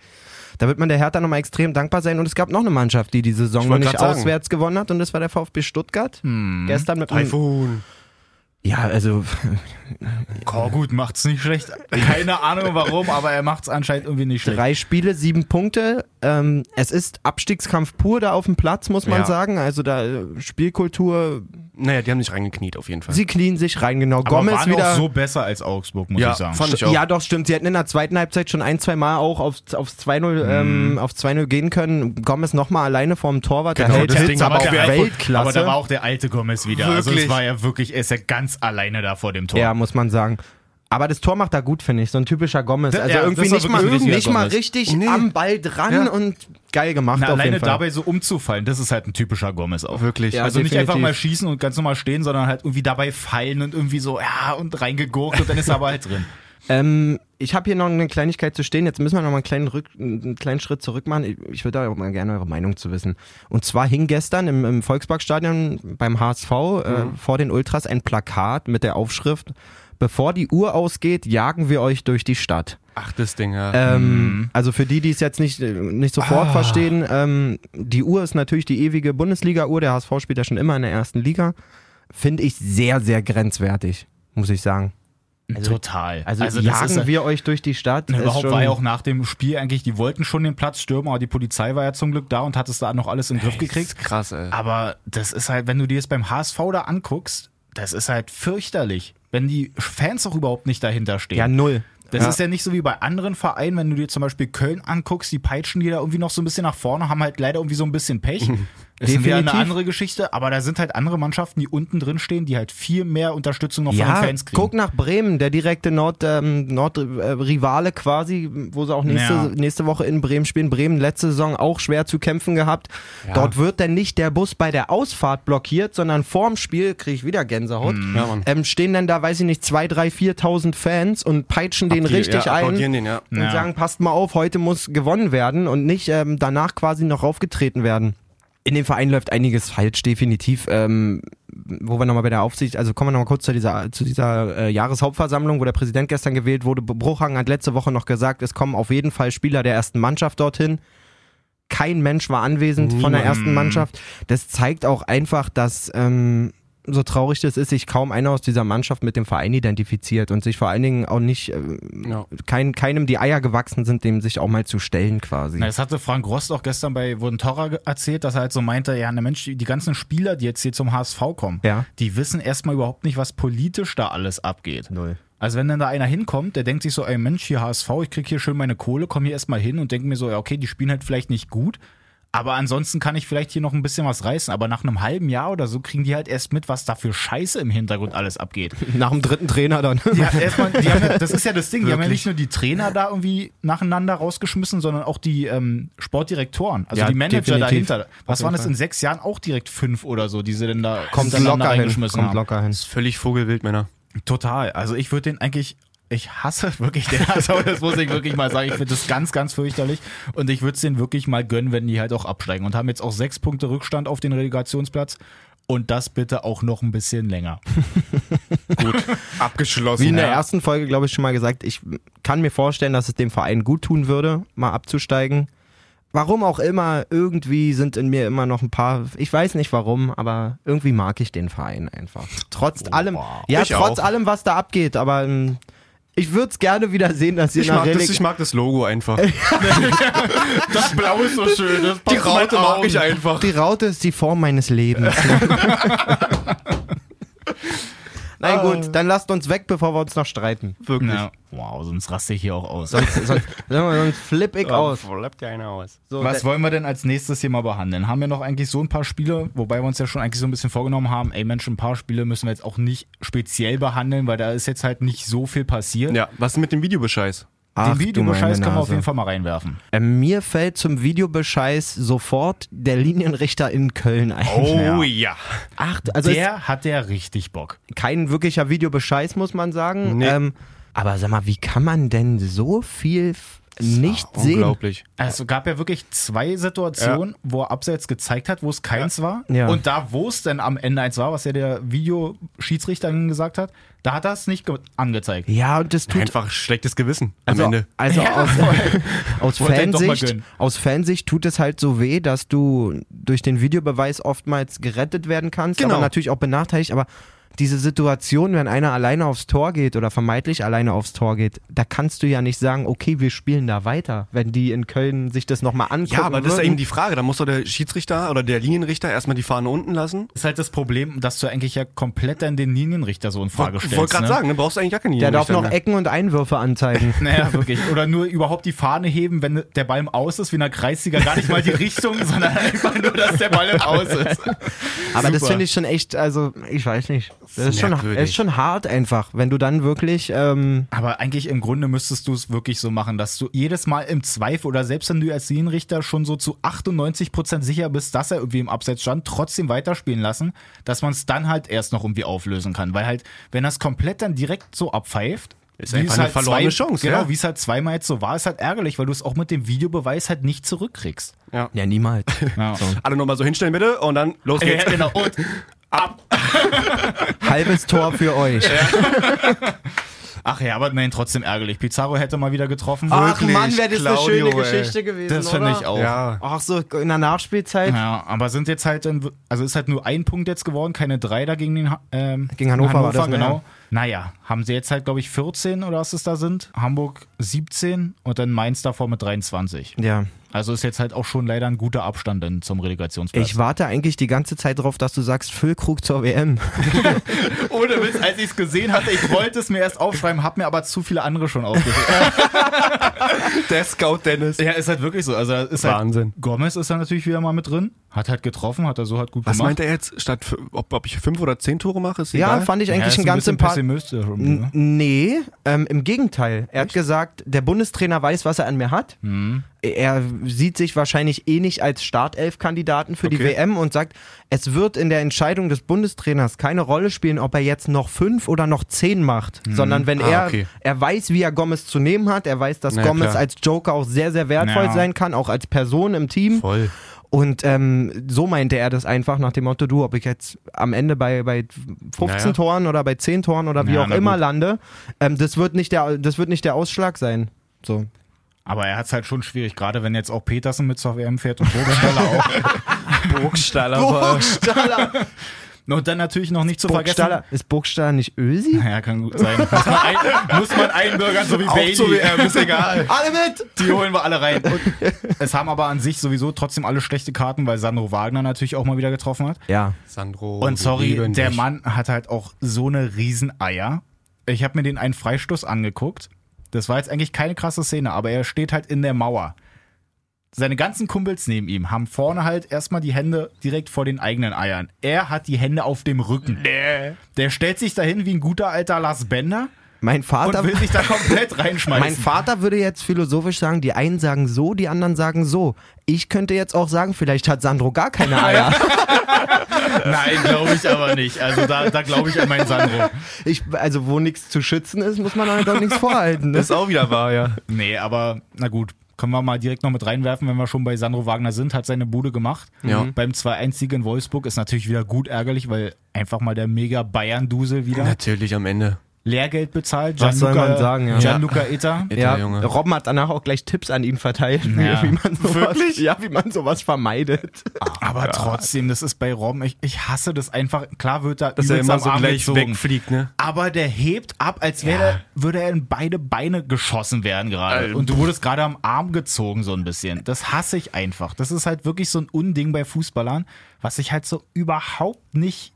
Speaker 5: Da wird man der Hertha nochmal extrem dankbar sein. Und es gab noch eine Mannschaft, die die Saison
Speaker 4: Ich
Speaker 5: noch
Speaker 4: wollte
Speaker 5: nicht
Speaker 4: grad sagen. Mhm.
Speaker 5: auswärts gewonnen hat. Und das war der VfB Stuttgart. Gestern mit einem...
Speaker 4: Typhoon. <laughs>
Speaker 5: Ja, also
Speaker 3: Korgut macht's nicht schlecht. Keine Ahnung warum, aber er macht's anscheinend irgendwie nicht schlecht.
Speaker 5: drei Spiele, sieben Punkte. Ähm, es ist Abstiegskampf pur da auf dem Platz, muss man
Speaker 4: Ja.
Speaker 5: sagen. Also da äh, Spielkultur,
Speaker 4: Naja, die haben nicht reingekniet auf jeden Fall.
Speaker 5: sie clean sich rein, genau.
Speaker 3: Aber
Speaker 5: Gomez
Speaker 3: waren
Speaker 5: wieder...
Speaker 3: auch so besser als Augsburg, muss
Speaker 4: Ja,
Speaker 3: ich sagen.
Speaker 4: fand ich auch.
Speaker 5: Ja, doch, stimmt. Sie hätten in der zweiten Halbzeit schon ein, zwei Mal auch aufs, aufs 2-0 ähm, aufs 2-0 gehen können. Gomez nochmal alleine vorm Torwart.
Speaker 4: Genau,
Speaker 5: hält
Speaker 4: das
Speaker 5: Hits,
Speaker 4: Ding
Speaker 5: aber
Speaker 4: war
Speaker 5: auch
Speaker 4: der
Speaker 3: alte-
Speaker 5: Weltklasse.
Speaker 3: aber da war auch der alte Gomez wieder. Also es
Speaker 4: Wirklich.
Speaker 3: war ja wirklich, er ist ja ganz alleine da vor dem Tor.
Speaker 5: ja, muss man sagen. Aber das Tor macht er gut, finde ich. So ein typischer Gomez. Also
Speaker 3: ja,
Speaker 5: irgendwie
Speaker 3: das war
Speaker 5: nicht mal,
Speaker 3: wirklich ein richtiger
Speaker 5: nicht mal
Speaker 3: Gomez.
Speaker 5: richtig
Speaker 4: Nee.
Speaker 5: am Ball dran
Speaker 4: Ja.
Speaker 5: und geil gemacht
Speaker 3: Na,
Speaker 5: auf
Speaker 3: alleine
Speaker 5: jeden Fall.
Speaker 3: dabei so umzufallen, das ist halt ein typischer Gomez auch.
Speaker 4: Wirklich.
Speaker 5: Ja.
Speaker 3: also nicht
Speaker 5: definitiv.
Speaker 3: einfach mal schießen und ganz normal stehen, sondern halt irgendwie dabei fallen und irgendwie so, ja, und reingegurkt und dann ist er aber halt drin.
Speaker 5: Ähm, ich habe hier noch eine Kleinigkeit zu stehen. Jetzt müssen wir noch mal einen kleinen, Rück, einen kleinen Schritt zurück machen. Ich, ich würde da auch mal gerne eure Meinung zu wissen. Und zwar hing gestern im, im Volksparkstadion beim HSV äh,
Speaker 3: Mhm.
Speaker 5: vor den Ultras ein Plakat mit der Aufschrift: Bevor die Uhr ausgeht, jagen wir euch durch die Stadt.
Speaker 4: Ach, das Ding, ja.
Speaker 3: Mhm.
Speaker 5: Ähm, also für die, die es jetzt nicht, nicht
Speaker 3: Ah.
Speaker 5: sofort verstehen, ähm, die Uhr ist natürlich die ewige Bundesliga-Uhr. Der HSV spielt ja schon immer in der ersten Liga. Finde ich sehr, sehr grenzwertig, muss ich sagen.
Speaker 3: Total.
Speaker 5: <laughs> Also,
Speaker 3: das ist
Speaker 5: jagen
Speaker 3: ja-
Speaker 5: wir euch durch die Stadt.
Speaker 3: Na, <laughs>
Speaker 5: ist
Speaker 3: Überhaupt
Speaker 5: schon-
Speaker 3: war ja auch nach dem Spiel eigentlich, die wollten schon den Platz stürmen, aber die Polizei war ja zum Glück da und hat es da noch alles in den Griff gekriegt.
Speaker 4: krass, ey.
Speaker 3: Aber das ist halt, wenn du dir das beim HSV da anguckst, das ist halt fürchterlich, wenn die Fans auch überhaupt nicht dahinter stehen.
Speaker 5: Ja, null.
Speaker 3: das
Speaker 5: ja.
Speaker 3: ist ja nicht so wie bei anderen Vereinen, wenn du dir zum Beispiel Köln anguckst, die peitschen die da irgendwie noch so ein bisschen nach vorne, haben halt leider irgendwie so ein bisschen Pech. Ist wieder eine
Speaker 5: Mhm. Definitiv.
Speaker 3: andere Geschichte, aber da sind halt andere Mannschaften, die unten drin stehen, die halt viel mehr Unterstützung noch von
Speaker 5: Ja,
Speaker 3: den Fans kriegen.
Speaker 5: guck nach Bremen, der direkte Nord, ähm, Nordrivale äh, Rivale quasi, wo sie auch nächste,
Speaker 3: Ja.
Speaker 5: nächste Woche in Bremen spielen. Bremen letzte Saison auch schwer zu kämpfen gehabt. Dort wird dann nicht der Bus bei der Ausfahrt blockiert, sondern vorm Spiel, kriege ich wieder Gänsehaut,
Speaker 4: Mhm. Ja, Mann.
Speaker 5: ähm, stehen dann da, weiß ich nicht, 2, 3, 4.000 Fans und peitschen den
Speaker 4: Die-
Speaker 5: richtig
Speaker 4: ja,
Speaker 5: ein.
Speaker 4: applaudieren Den, ja.
Speaker 5: und sagen, passt mal auf, heute muss gewonnen werden und nicht ähm, danach quasi noch raufgetreten werden. In dem Verein läuft einiges falsch, definitiv. Ähm, wo wir nochmal bei der Aufsicht, also kommen wir nochmal kurz zu dieser, zu dieser äh, Jahreshauptversammlung, wo der Präsident gestern gewählt wurde. Bruchhagen hat letzte Woche noch gesagt, es kommen auf jeden Fall Spieler der ersten Mannschaft dorthin. Kein Mensch war anwesend von der ersten Mannschaft. Das zeigt auch einfach, dass ähm, so traurig das ist, sich kaum einer aus dieser Mannschaft mit dem Verein identifiziert und sich vor allen Dingen auch nicht ähm,
Speaker 4: Ja.
Speaker 5: kein, keinem die Eier gewachsen sind, dem sich auch mal zu stellen quasi.
Speaker 3: Na, das hatte Frank Rost auch gestern bei Torra erzählt, dass er halt so meinte, ja, ne Mensch, die, die ganzen Spieler, die jetzt hier zum HSV kommen,
Speaker 5: Ja.
Speaker 3: die wissen erstmal überhaupt nicht, was politisch da alles abgeht.
Speaker 5: Null.
Speaker 3: Also wenn dann da einer hinkommt, der denkt sich so, ey Mensch, hier HSV, ich krieg hier schön meine Kohle, komm hier erstmal hin und denk mir so, ja, okay, die spielen halt vielleicht nicht gut, aber ansonsten kann ich vielleicht hier noch ein bisschen was reißen. Aber nach einem halben Jahr oder so kriegen die halt erst mit, was da für Scheiße im Hintergrund alles abgeht.
Speaker 5: Nach dem dritten Trainer dann. <laughs>
Speaker 3: Ja, erstmal, <laughs> die haben ja, das ist ja das Ding, die haben ja
Speaker 5: Wirklich.
Speaker 3: nicht nur die Trainer da irgendwie nacheinander rausgeschmissen, sondern auch die ähm, Sportdirektoren, also
Speaker 5: Ja,
Speaker 3: die Manager
Speaker 5: definitiv.
Speaker 3: dahinter. Was
Speaker 5: jeden
Speaker 3: waren das
Speaker 5: Fall.
Speaker 3: in sechs Jahren auch direkt fünf oder so, die sie denn da
Speaker 5: Kommt
Speaker 3: hintereinander
Speaker 5: locker hin.
Speaker 3: reingeschmissen
Speaker 5: Kommt
Speaker 3: haben?
Speaker 5: locker hin.
Speaker 4: Das ist völlig Vogelwild, Männer.
Speaker 3: Total. Also ich würde den eigentlich, ich hasse <laughs> wirklich den HSV, das muss ich wirklich mal sagen. Ich finde das ganz, ganz fürchterlich. Und ich würde es denen wirklich mal gönnen, wenn die halt auch absteigen und haben jetzt auch sechs Punkte Rückstand auf den Relegationsplatz. Und das bitte auch noch ein bisschen länger.
Speaker 5: Wie in
Speaker 1: Abgeschlossen.
Speaker 5: der ersten Folge, glaube ich, schon mal gesagt, ich kann mir vorstellen, dass es dem Verein gut tun würde, mal abzusteigen. Warum auch immer, irgendwie sind in mir immer noch ein paar, ich weiß nicht warum, aber irgendwie mag ich den Verein einfach. Trotz allem, ja,
Speaker 4: Ich
Speaker 5: trotz
Speaker 4: auch.
Speaker 5: allem, was da abgeht, aber ähm, ich würde es gerne wieder sehen, dass ihr
Speaker 4: Ich mag,
Speaker 5: nach
Speaker 4: das,
Speaker 5: Releg-
Speaker 4: ich mag das Logo
Speaker 5: <laughs>
Speaker 4: einfach.
Speaker 3: Das Blau ist so schön. Das
Speaker 4: Die Raute mag ich einfach.
Speaker 5: Die Raute ist die Form
Speaker 4: <laughs>
Speaker 5: meines Lebens. Nein, gut, dann lasst uns weg, bevor wir uns noch streiten.
Speaker 4: Wirklich.
Speaker 3: ja. Wow, sonst raste ich hier auch aus.
Speaker 5: Sonst, sonst, sonst flipp
Speaker 4: Oh,
Speaker 5: ich aus.
Speaker 4: Flappt ja einer aus.
Speaker 5: So,
Speaker 3: Was
Speaker 5: da-
Speaker 3: wollen wir denn als nächstes hier mal behandeln? Haben wir noch eigentlich so ein paar Spiele, wobei wir uns ja schon eigentlich so ein bisschen vorgenommen haben, ey Mensch, ein paar Spiele müssen wir jetzt auch nicht speziell behandeln, weil da ist jetzt halt nicht so viel passiert.
Speaker 4: Ja, was ist mit dem Videobescheiß?
Speaker 3: Den
Speaker 5: Ach, du meine
Speaker 3: Videobescheiß können wir auf
Speaker 5: Nase.
Speaker 3: jeden Fall mal reinwerfen.
Speaker 5: Äh, mir fällt zum Videobescheiß sofort der Linienrichter in Köln ein.
Speaker 4: ja.
Speaker 5: Ach, also ist
Speaker 3: Oh, der hat ja richtig Bock.
Speaker 5: kein wirklicher Videobescheiß, muss man sagen.
Speaker 4: Nee.
Speaker 5: Ähm, aber sag mal, wie kann man denn so viel f- nicht sehen?
Speaker 4: Unglaublich.
Speaker 3: Also gab ja wirklich zwei Situationen, wo er abseits gezeigt hat, wo es keins war.
Speaker 5: Ja.
Speaker 3: Und da, wo es dann am Ende eins war, was ja der Videoschiedsrichter gesagt hat, da hat er es nicht ge- angezeigt.
Speaker 5: Ja, und das tut
Speaker 4: Einfach schlechtes Gewissen
Speaker 5: Also,
Speaker 4: am Ende.
Speaker 5: also aus, <laughs> aus,
Speaker 3: Wollte ich doch mal
Speaker 5: Fansicht,
Speaker 3: gönnen.
Speaker 5: aus Fansicht tut es halt so weh, dass du durch den Videobeweis oftmals gerettet werden kannst,
Speaker 4: Genau.
Speaker 5: aber natürlich auch benachteiligt. Aber diese Situation, wenn einer alleine aufs Tor geht oder vermeintlich alleine aufs Tor geht, da kannst du ja nicht sagen, okay, wir spielen da weiter, wenn die in Köln sich das nochmal angucken.
Speaker 4: Ja, aber das ist ja
Speaker 5: würden.
Speaker 4: eben die Frage. Da muss doch der Schiedsrichter oder der Linienrichter erstmal die Fahne unten lassen.
Speaker 3: Ist halt das Problem, dass du eigentlich ja komplett dann den Linienrichter so in Frage
Speaker 4: Ich
Speaker 3: stellst.
Speaker 4: wollte gerade
Speaker 3: ne?
Speaker 4: sagen, dann brauchst du eigentlich gar keinen
Speaker 5: Der darf
Speaker 4: Linienrichter
Speaker 5: noch
Speaker 4: mehr.
Speaker 5: Ecken und
Speaker 4: <laughs>
Speaker 5: Einwürfe anzeigen.
Speaker 3: Naja, wirklich. Oder nur überhaupt die Fahne heben, wenn der Ball im Aus ist, wie in der Kreisliga. Gar nicht mal
Speaker 4: <laughs>
Speaker 3: die Richtung, sondern einfach nur, dass der Ball im Aus ist.
Speaker 5: Aber das
Speaker 3: Super.
Speaker 5: finde ich schon echt, also ich weiß nicht. Das ist schon,
Speaker 4: Merkwürdig.
Speaker 5: das ist schon hart einfach, wenn du dann wirklich ähm,
Speaker 3: Aber eigentlich im Grunde müsstest du es wirklich so machen, dass du jedes Mal im Zweifel oder selbst wenn du als Linienrichter schon so zu 98% sicher bist, dass er irgendwie im Abseits stand, trotzdem weiterspielen lassen, dass man es dann halt erst noch irgendwie auflösen kann. Weil halt, wenn er es komplett dann direkt so abpfeift,
Speaker 4: Ist
Speaker 3: wie
Speaker 4: einfach
Speaker 3: es
Speaker 4: eine verlorene
Speaker 3: zwei,
Speaker 4: Chance,
Speaker 3: Genau,
Speaker 4: ja.
Speaker 3: wie es halt zweimal jetzt so war, ist halt ärgerlich, weil du es auch mit dem Videobeweis halt nicht zurückkriegst.
Speaker 5: ja niemals.
Speaker 3: Ja.
Speaker 4: Alle nochmal so hinstellen bitte und dann los
Speaker 3: Ja,
Speaker 4: geht's.
Speaker 3: genau. Und
Speaker 5: <laughs> Halbes Tor für euch.
Speaker 3: Ach ja, aber nein, trotzdem ärgerlich. Pizarro hätte mal wieder getroffen.
Speaker 5: Ach
Speaker 4: Wirklich,
Speaker 5: Mann, wäre das
Speaker 4: Claudio,
Speaker 5: eine schöne
Speaker 4: ey.
Speaker 5: Geschichte gewesen,
Speaker 3: das
Speaker 5: oder?
Speaker 3: finde ich
Speaker 4: <laughs>
Speaker 3: auch.
Speaker 4: Ja.
Speaker 5: Ach so, in der Nachspielzeit
Speaker 3: Ja, aber sind jetzt halt, dann, also ist halt nur ein Punkt jetzt geworden, keine drei da gegen den Ha- ähm,
Speaker 5: Gegen Hannover war das, ne,
Speaker 3: genau.
Speaker 5: ja.
Speaker 3: Naja, haben sie jetzt halt, glaube ich, 14 oder was es da sind. Hamburg 17 und dann Mainz davor mit 23.
Speaker 5: Ja.
Speaker 3: Also ist jetzt halt auch schon leider ein guter Abstand dann zum Relegationsplatz.
Speaker 5: Ich warte eigentlich die ganze Zeit drauf, dass du sagst Füllkrug zur WM.
Speaker 3: Ohne Witz, als ich es gesehen hatte, ich wollte es mir erst aufschreiben, habe mir aber zu viele andere schon aufgeschrieben.
Speaker 4: Der Scout Dennis.
Speaker 3: ja, ist halt wirklich so. Also ist
Speaker 4: Wahnsinn.
Speaker 3: Halt, Gomez ist da natürlich wieder mal mit drin. Hat halt getroffen, hat er so halt gut
Speaker 4: Was
Speaker 3: gemacht.
Speaker 4: meint er jetzt? Statt, f- ob, ob ich fünf oder zehn Tore mache, ist
Speaker 5: Ja,
Speaker 4: egal.
Speaker 5: fand ich eigentlich
Speaker 3: ist
Speaker 5: ein ganz
Speaker 3: bisschen
Speaker 5: sympathisch.
Speaker 3: pessimistisch.
Speaker 5: N-
Speaker 3: Ne?
Speaker 5: Nee, ähm, im Gegenteil. Er hat gesagt, der Bundestrainer weiß, was er an mir hat.
Speaker 4: Hm.
Speaker 5: Er sieht sich wahrscheinlich eh nicht als Startelf-Kandidaten für die
Speaker 4: Okay.
Speaker 5: WM und sagt, es wird in der Entscheidung des Bundestrainers keine Rolle spielen, ob er jetzt noch fünf oder noch zehn macht, sondern wenn
Speaker 4: Ah,
Speaker 5: er,
Speaker 4: okay.
Speaker 5: er weiß, wie er Gomez zu nehmen hat, er weiß, dass
Speaker 4: Na ja,
Speaker 5: Gomez
Speaker 4: klar.
Speaker 5: als Joker auch sehr, sehr wertvoll
Speaker 3: Ja.
Speaker 5: sein kann, auch als Person im Team.
Speaker 4: Voll.
Speaker 5: Und ähm, so meinte er das einfach nach dem Motto, du, ob ich jetzt am Ende bei, bei 15
Speaker 4: Naja.
Speaker 5: Toren oder bei 10 Toren oder wie
Speaker 3: Ja,
Speaker 5: auch
Speaker 3: na
Speaker 5: immer
Speaker 3: gut.
Speaker 5: lande, ähm, das, wird nicht der, das wird nicht der Ausschlag sein. So.
Speaker 3: Aber er hat es halt schon schwierig, gerade wenn jetzt auch Petersen mit zur WM fährt und Burgstaller auch.
Speaker 4: <laughs> Burgstaller.
Speaker 5: Burgstaller!
Speaker 3: <laughs> Und dann natürlich noch nicht zu vergessen.
Speaker 5: Burgstaller. Ist Burgstaller nicht Ösi?
Speaker 3: Ja, kann gut sein. Muss man, ein, muss man einbürgern, so wie
Speaker 4: Auch
Speaker 3: Bailey.
Speaker 4: zur
Speaker 3: <laughs>
Speaker 4: WM, ist
Speaker 3: egal.
Speaker 5: Alle mit!
Speaker 3: Die holen wir alle rein. Und es haben aber an sich sowieso trotzdem alle schlechte Karten, weil Sandro Wagner natürlich auch mal wieder getroffen hat.
Speaker 5: Ja.
Speaker 4: Sandro.
Speaker 3: Und sorry,
Speaker 4: lieben
Speaker 3: der
Speaker 4: dich.
Speaker 3: Mann hat halt auch so eine riesen Eier. Ich habe mir den einen Freistoß angeguckt. Das war jetzt eigentlich keine krasse Szene, aber er steht halt in der Mauer. Seine ganzen Kumpels neben ihm haben vorne halt erstmal die Hände direkt vor den eigenen Eiern. Er hat die Hände auf dem Rücken. Der stellt sich dahin wie ein guter alter Lars Bender
Speaker 5: Mein
Speaker 3: und
Speaker 5: Vater,
Speaker 3: will sich da komplett
Speaker 5: mein
Speaker 3: reinschmeißen.
Speaker 5: Vater würde jetzt philosophisch sagen, die einen sagen so, die anderen sagen so. Ich könnte jetzt auch sagen, vielleicht hat Sandro gar
Speaker 3: <laughs>
Speaker 5: keine Eier.
Speaker 3: <laughs> Nein, glaube ich aber nicht. Also da, da glaube ich an meinen Sandro.
Speaker 5: Ich, also wo nichts zu schützen ist, muss man halt doch nichts vorhalten. Ne?
Speaker 4: Das ist auch wieder wahr, ja.
Speaker 3: Nee, aber na gut. Können wir mal direkt noch mit reinwerfen, wenn wir schon bei Sandro Wagner sind, hat seine Bude gemacht.
Speaker 4: Ja.
Speaker 3: Beim 2-1-Sieg in Wolfsburg ist natürlich wieder gut ärgerlich, weil einfach mal der mega Bayern-Dusel wieder
Speaker 4: Natürlich am Ende.
Speaker 3: Lehrgeld bezahlt.
Speaker 5: Was soll man sagen, ja.
Speaker 3: Gianluca Eta.
Speaker 5: Ja,
Speaker 4: Der Junge.
Speaker 5: Robben hat danach auch gleich Tipps an ihm verteilt,
Speaker 3: Ja.
Speaker 5: wie, wie, man sowas, ja, wie man sowas vermeidet.
Speaker 3: Aber trotzdem, das ist bei Robben, ich, ich hasse das einfach. Klar wird da
Speaker 4: Dass er
Speaker 3: übelst
Speaker 4: immer
Speaker 3: am
Speaker 4: so
Speaker 3: Arm
Speaker 4: gleich
Speaker 3: gezogen.
Speaker 4: wegfliegt, ne?
Speaker 3: Aber der hebt ab, als wäre er- würde er in beide Beine geschossen werden gerade.
Speaker 4: Alter.
Speaker 3: Und du wurdest gerade am Arm gezogen, so ein bisschen. Das hasse ich einfach. Das ist halt wirklich so ein Unding bei Fußballern, was ich halt so überhaupt nicht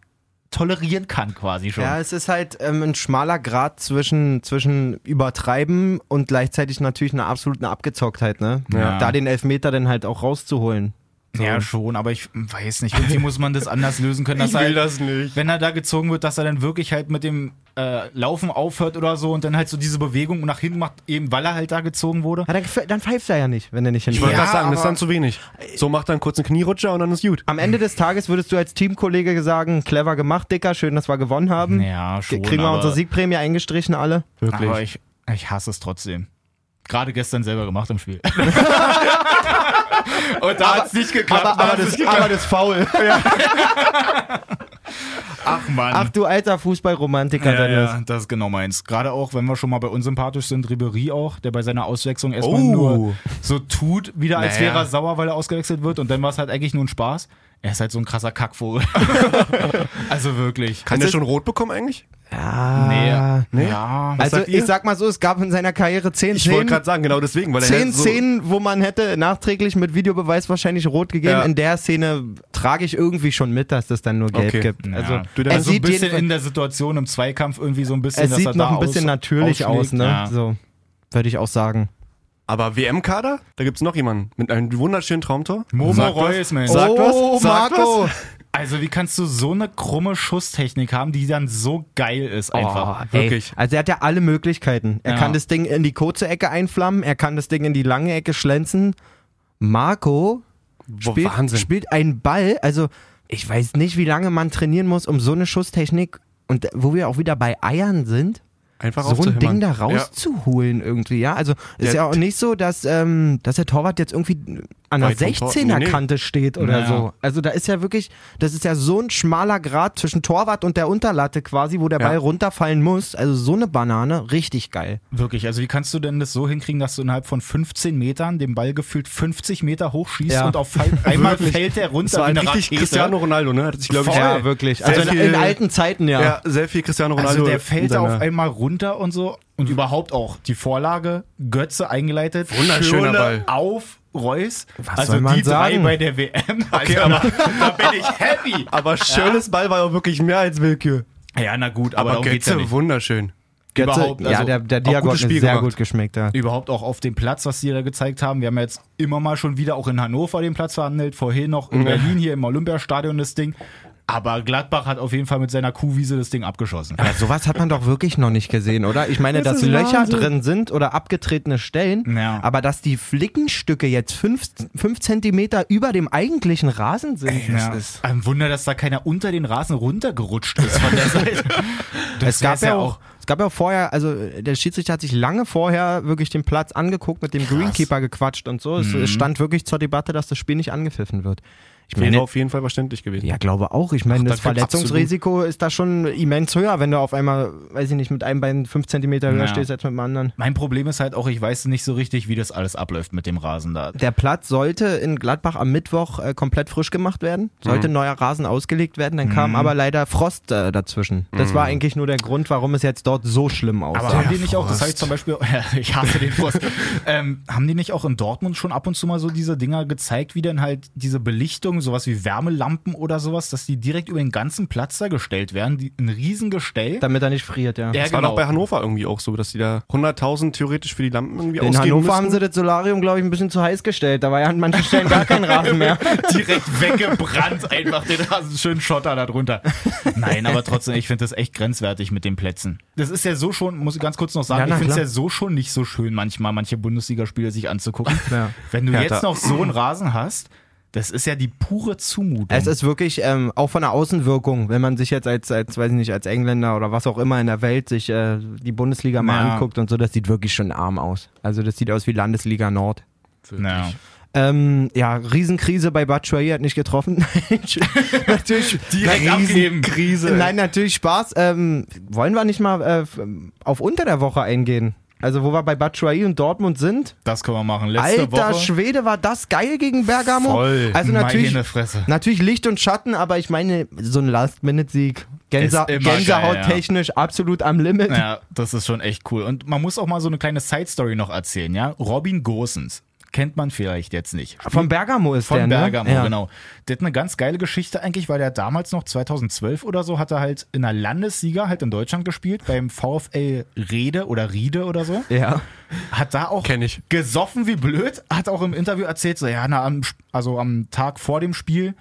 Speaker 3: tolerieren kann, quasi schon.
Speaker 5: Ja, es ist halt ähm, ein schmaler Grad zwischen, zwischen Übertreiben und gleichzeitig natürlich einer absoluten Abgezocktheit, ne?
Speaker 3: Ja.
Speaker 5: Da den Elfmeter dann halt auch rauszuholen.
Speaker 3: Ja, schon, aber ich weiß nicht. Irgendwie muss man das anders lösen können. dass er halt,
Speaker 4: nicht.
Speaker 3: Wenn er da gezogen wird, dass er dann wirklich halt mit dem äh, Laufen aufhört oder so und dann halt so diese Bewegung nach hinten macht, eben weil er halt da gezogen wurde.
Speaker 5: Ja, dann, dann pfeift er ja nicht, wenn er nicht
Speaker 4: Ich wollte
Speaker 5: hinfällt.
Speaker 3: Ja,
Speaker 4: gerade sagen, das ist
Speaker 3: aber-
Speaker 4: dann zu wenig. So macht er einen kurzen Knierutscher und dann ist gut.
Speaker 5: Am Ende des Tages würdest du als Teamkollege sagen, clever gemacht, Dicker, schön, dass wir gewonnen haben.
Speaker 3: Ja, schon.
Speaker 5: Kriegen wir
Speaker 3: aber-
Speaker 5: unsere Siegprämie eingestrichen alle?
Speaker 3: Aber ich, ich hasse es trotzdem. Gerade gestern selber gemacht im Spiel. Und da hat es nicht geklappt.
Speaker 5: Aber,
Speaker 3: da
Speaker 5: aber,
Speaker 3: hat's
Speaker 5: das,
Speaker 3: nicht geklappt.
Speaker 5: aber das Foul.
Speaker 3: Ach Mann.
Speaker 5: Ach du alter Fußballromantiker,
Speaker 3: ja,
Speaker 5: Dennis.
Speaker 3: ja, das ist genau meins. Gerade auch, wenn wir schon mal bei unsympathisch sind, Ribery auch, der bei seiner Auswechslung erstmal
Speaker 4: Oh.
Speaker 3: nur so tut, wieder als
Speaker 4: Naja.
Speaker 3: wäre er sauer, weil er ausgewechselt wird. Und dann war es halt eigentlich nur ein Spaß. Er ist halt so ein krasser
Speaker 5: <laughs>
Speaker 3: Kackvogel. also wirklich.
Speaker 4: Kann der schon rot bekommen eigentlich?
Speaker 3: Nee. Ja.
Speaker 5: Ah, Also
Speaker 4: sagt
Speaker 5: ich
Speaker 4: ihr?
Speaker 5: sag mal so, es gab in seiner Karriere zehn
Speaker 4: Ich wollte
Speaker 5: Szenen,
Speaker 4: gerade sagen, genau deswegen, weil er
Speaker 5: zehn
Speaker 4: halt so,
Speaker 5: Szenen, wo man hätte nachträglich mit Videobeweis wahrscheinlich rot gegeben.
Speaker 4: Ja.
Speaker 5: In der Szene trage ich irgendwie schon mit, dass das dann nur gelb
Speaker 4: Okay.
Speaker 5: gibt. Also
Speaker 3: Ja.
Speaker 4: Du, der
Speaker 5: es
Speaker 4: ist so ein
Speaker 5: sieht,
Speaker 3: ein bisschen
Speaker 5: jeden,
Speaker 3: in der Situation im Zweikampf irgendwie so ein bisschen,
Speaker 5: es
Speaker 3: dass er
Speaker 5: sieht noch
Speaker 3: da
Speaker 5: ein bisschen
Speaker 3: aus-
Speaker 5: natürlich aus,
Speaker 3: ausschlägt.
Speaker 5: ne?
Speaker 3: Ja.
Speaker 5: So würde ich auch sagen.
Speaker 4: Aber WM-Kader? Da gibt's noch jemanden mit einem wunderschönen Traumtor.
Speaker 3: Momo
Speaker 4: Sagt was?
Speaker 3: Reus, Mensch.
Speaker 4: Sagt
Speaker 5: oh,
Speaker 4: was? Sagt
Speaker 5: Marco!
Speaker 4: was?
Speaker 3: Also, wie kannst du so eine krumme Schusstechnik haben, die dann so geil ist einfach?
Speaker 5: Oh, ey.
Speaker 4: Wirklich.
Speaker 5: Also er hat ja alle Möglichkeiten. Er
Speaker 3: Ja.
Speaker 5: kann das Ding in die kurze Ecke einflammen, er kann das Ding in die lange Ecke schlenzen. Marco
Speaker 4: Boah,
Speaker 5: spielt,
Speaker 4: Wahnsinn.
Speaker 5: spielt einen Ball. Also ich weiß nicht, wie lange man trainieren muss, um so eine Schusstechnik und wo wir auch wieder bei Eiern sind,
Speaker 4: Einfach
Speaker 5: so ein
Speaker 4: aufzuhämmern.
Speaker 5: Ding da
Speaker 4: Ja.
Speaker 5: rauszuholen irgendwie. Ja, also ist
Speaker 4: Der-
Speaker 5: ja auch nicht so, dass, ähm, dass der Torwart jetzt irgendwie an der
Speaker 4: Weit vom Tor-
Speaker 5: 16er-Kante steht oder
Speaker 3: Naja.
Speaker 5: so. Also da ist ja wirklich, das ist ja so ein schmaler Grad zwischen Torwart und der Unterlatte quasi, wo der
Speaker 4: Ja.
Speaker 5: Ball runterfallen muss. Also so eine Banane, richtig geil.
Speaker 3: Wirklich, also wie kannst du denn das so hinkriegen, dass du innerhalb von 15 Metern den Ball gefühlt 50 Meter hochschießt
Speaker 5: Ja.
Speaker 3: und auf
Speaker 4: <laughs>
Speaker 3: Fall- einmal fällt der runter
Speaker 4: Das war ein
Speaker 3: wie eine
Speaker 4: richtig
Speaker 3: Rakete?
Speaker 4: Cristiano Ronaldo, ne? Hat sich, glaube ich,
Speaker 3: Voll.
Speaker 4: ja,
Speaker 5: wirklich.
Speaker 4: Sehr
Speaker 5: Also in,
Speaker 4: viel-
Speaker 5: in alten Zeiten, ja.
Speaker 4: ja, sehr viel Cristiano Ronaldo.
Speaker 3: Also der
Speaker 4: in
Speaker 3: fällt da
Speaker 4: seiner-
Speaker 3: auf einmal runter und so und überhaupt auch die Vorlage, Götze eingeleitet,
Speaker 4: Wunderschöner
Speaker 3: Schürrle
Speaker 4: Ball.
Speaker 3: auf Reus. also
Speaker 5: soll man
Speaker 3: die drei
Speaker 5: sagen?
Speaker 3: bei der WM, also, aber, da bin ich happy.
Speaker 4: Aber schönes Ball war auch wirklich mehr als Willkür.
Speaker 3: Ja, na gut, aber,
Speaker 4: Aber
Speaker 3: darum geht's ja
Speaker 4: Götze,
Speaker 3: nicht.
Speaker 4: wunderschön.
Speaker 5: Götze,
Speaker 3: Überhaupt,
Speaker 5: ja,
Speaker 3: also
Speaker 5: der, der
Speaker 4: auch
Speaker 5: Diago
Speaker 4: gutes
Speaker 5: hat mir
Speaker 4: Spiel
Speaker 5: sehr
Speaker 4: gemacht.
Speaker 5: gut geschmeckt. Ja.
Speaker 3: überhaupt auch auf dem Platz, was die da gezeigt haben. Wir haben ja jetzt immer mal schon wieder auch in Hannover den Platz verhandelt, vorhin noch in Berlin hier im Olympiastadion das Ding. Aber Gladbach hat auf jeden Fall mit seiner Kuhwiese das Ding abgeschossen.
Speaker 5: Aber sowas hat man doch wirklich noch nicht gesehen, oder? Ich meine, dass Löcher drin sind oder abgetretene Stellen,
Speaker 3: Ja.
Speaker 5: aber dass die Flickenstücke jetzt fünf, fünf Zentimeter über dem eigentlichen Rasen sind, das
Speaker 3: Ja.
Speaker 5: ist...
Speaker 3: Ein Wunder, dass da keiner unter den Rasen runtergerutscht ist von
Speaker 5: <laughs>
Speaker 3: der Seite. Das
Speaker 5: Es gab
Speaker 3: wär's
Speaker 5: ja auch, es gab ja auch vorher, also äh, der Schiedsrichter hat sich lange vorher wirklich den Platz angeguckt, mit dem Greenkeeper gequatscht und so. Es äh, stand wirklich zur Debatte, dass das Spiel nicht angepfiffen wird. Ich
Speaker 4: Wäre
Speaker 5: meine,
Speaker 4: auf jeden Fall verständlich gewesen.
Speaker 5: ja, glaube auch. Ich meine,
Speaker 4: Ach,
Speaker 5: das
Speaker 4: da gibt's
Speaker 5: Verletzungsrisiko ist da schon immens höher, wenn du auf einmal, weiß ich nicht, mit einem Bein fünf Zentimeter höher
Speaker 3: Ja.
Speaker 5: stehst als mit dem anderen.
Speaker 3: Mein Problem ist halt auch, ich weiß nicht so richtig, wie das alles abläuft mit dem Rasen da.
Speaker 5: Der Platz sollte in Gladbach am Mittwoch äh, komplett frisch gemacht werden,
Speaker 3: Mhm.
Speaker 5: sollte neuer Rasen ausgelegt werden, dann kam aber leider Frost äh, dazwischen. Das war eigentlich nur der Grund, warum es jetzt dort so schlimm aussah.
Speaker 3: Mhm. Aber haben die nicht auch, das habe ich zum Beispiel, <laughs> ich hasse den Frust, ähm, haben die nicht auch in Dortmund schon ab und zu mal so diese Dinger gezeigt, wie dann halt diese Belichtung, sowas wie Wärmelampen oder sowas, dass die direkt über den ganzen Platz da gestellt werden, die, ein Riesengestell.
Speaker 5: damit er nicht friert,
Speaker 3: Ja,
Speaker 5: ja.
Speaker 3: genau.
Speaker 4: Das war doch bei Hannover irgendwie auch so, dass die da 100.000 theoretisch für die Lampen irgendwie
Speaker 5: In
Speaker 4: ausgeben
Speaker 5: Hannover
Speaker 4: müssen.
Speaker 5: haben sie das Solarium, glaube ich, ein bisschen zu heiß gestellt. Da war ja an manchen Stellen gar kein
Speaker 3: <laughs>
Speaker 5: Rasen mehr.
Speaker 3: direkt weggebrannt, einfach den Rasen schönen Schotter da drunter. Nein, aber trotzdem, ich finde das echt grenzwertig mit den Plätzen. Das ist ja so schon, muss ich ganz kurz noch sagen,
Speaker 5: Ja, na,
Speaker 3: ich finde es
Speaker 5: klar.
Speaker 3: ja so schon nicht so schön, manchmal manche Bundesligaspiele sich anzugucken.
Speaker 5: Ja.
Speaker 3: Wenn du
Speaker 4: Hertha.
Speaker 3: jetzt noch so einen Rasen hast, das ist ja die pure Zumutung.
Speaker 5: Es ist wirklich ähm, auch von der Außenwirkung, wenn man sich jetzt als, als, weiß ich nicht, als Engländer oder was auch immer in der Welt sich äh, die Bundesliga mal
Speaker 3: Ja.
Speaker 5: anguckt und so, das sieht wirklich schon arm aus. Also das sieht aus wie Landesliga Nord.
Speaker 3: ja.
Speaker 5: Ähm, ja, Riesenkrise bei Batshuayi hat nicht getroffen. <laughs>
Speaker 3: <laughs>
Speaker 5: natürlich.
Speaker 3: Direkt
Speaker 5: na,
Speaker 3: abgeben. Krise.
Speaker 5: Nein, natürlich Spaß. Ähm, wollen wir nicht mal äh, f- auf unter der Woche eingehen? Also wo wir bei Batshuayi und Dortmund sind.
Speaker 3: Das können wir machen. Letzte
Speaker 5: Alter
Speaker 3: Woche.
Speaker 5: Schwede, war das geil gegen Bergamo.
Speaker 3: Voll.
Speaker 5: Also
Speaker 3: Meine
Speaker 5: natürlich,
Speaker 3: Fresse.
Speaker 5: natürlich Licht und Schatten, aber ich meine, so ein Last-Minute-Sieg. Gänse,
Speaker 3: Ist immer
Speaker 5: Gänsehaut-technisch absolut am Limit.
Speaker 3: Ja, das ist schon echt cool. Und man muss auch mal so eine kleine Side-Story noch erzählen, ja? Robin Gosens. Kennt man vielleicht jetzt nicht.
Speaker 5: Von Bergamo ist
Speaker 3: Von
Speaker 5: der, ne?
Speaker 3: Bergamo,
Speaker 5: ja.
Speaker 3: genau. Der hat eine ganz geile Geschichte eigentlich, weil der damals noch 2012 oder so hat er halt in der Landessieger halt in Deutschland gespielt, beim VfL Rede oder Riede oder so.
Speaker 5: Ja.
Speaker 3: Hat da auch
Speaker 4: Kenn ich.
Speaker 3: gesoffen wie blöd, hat auch im Interview erzählt, so ja, na, am, Sp- also am Tag vor dem Spiel,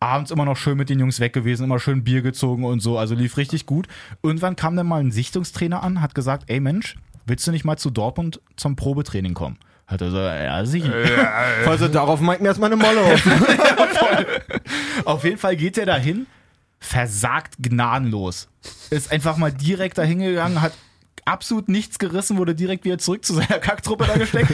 Speaker 3: abends immer noch schön mit den Jungs weg gewesen, immer schön Bier gezogen und so, also lief richtig gut. Irgendwann kam dann mal ein Sichtungstrainer an, hat gesagt, ey Mensch, willst du nicht mal zu Dortmund zum Probetraining kommen? Hat er so, ja, sicher. Äh.
Speaker 5: Also darauf meint mir erstmal eine Molle
Speaker 3: <laughs>
Speaker 5: auf.
Speaker 3: Auf jeden Fall geht er dahin, versagt gnadenlos. Ist einfach mal direkt dahin gegangen, hat absolut nichts gerissen, wurde direkt wieder zurück zu seiner <laughs> Kacktruppe da gesteckt.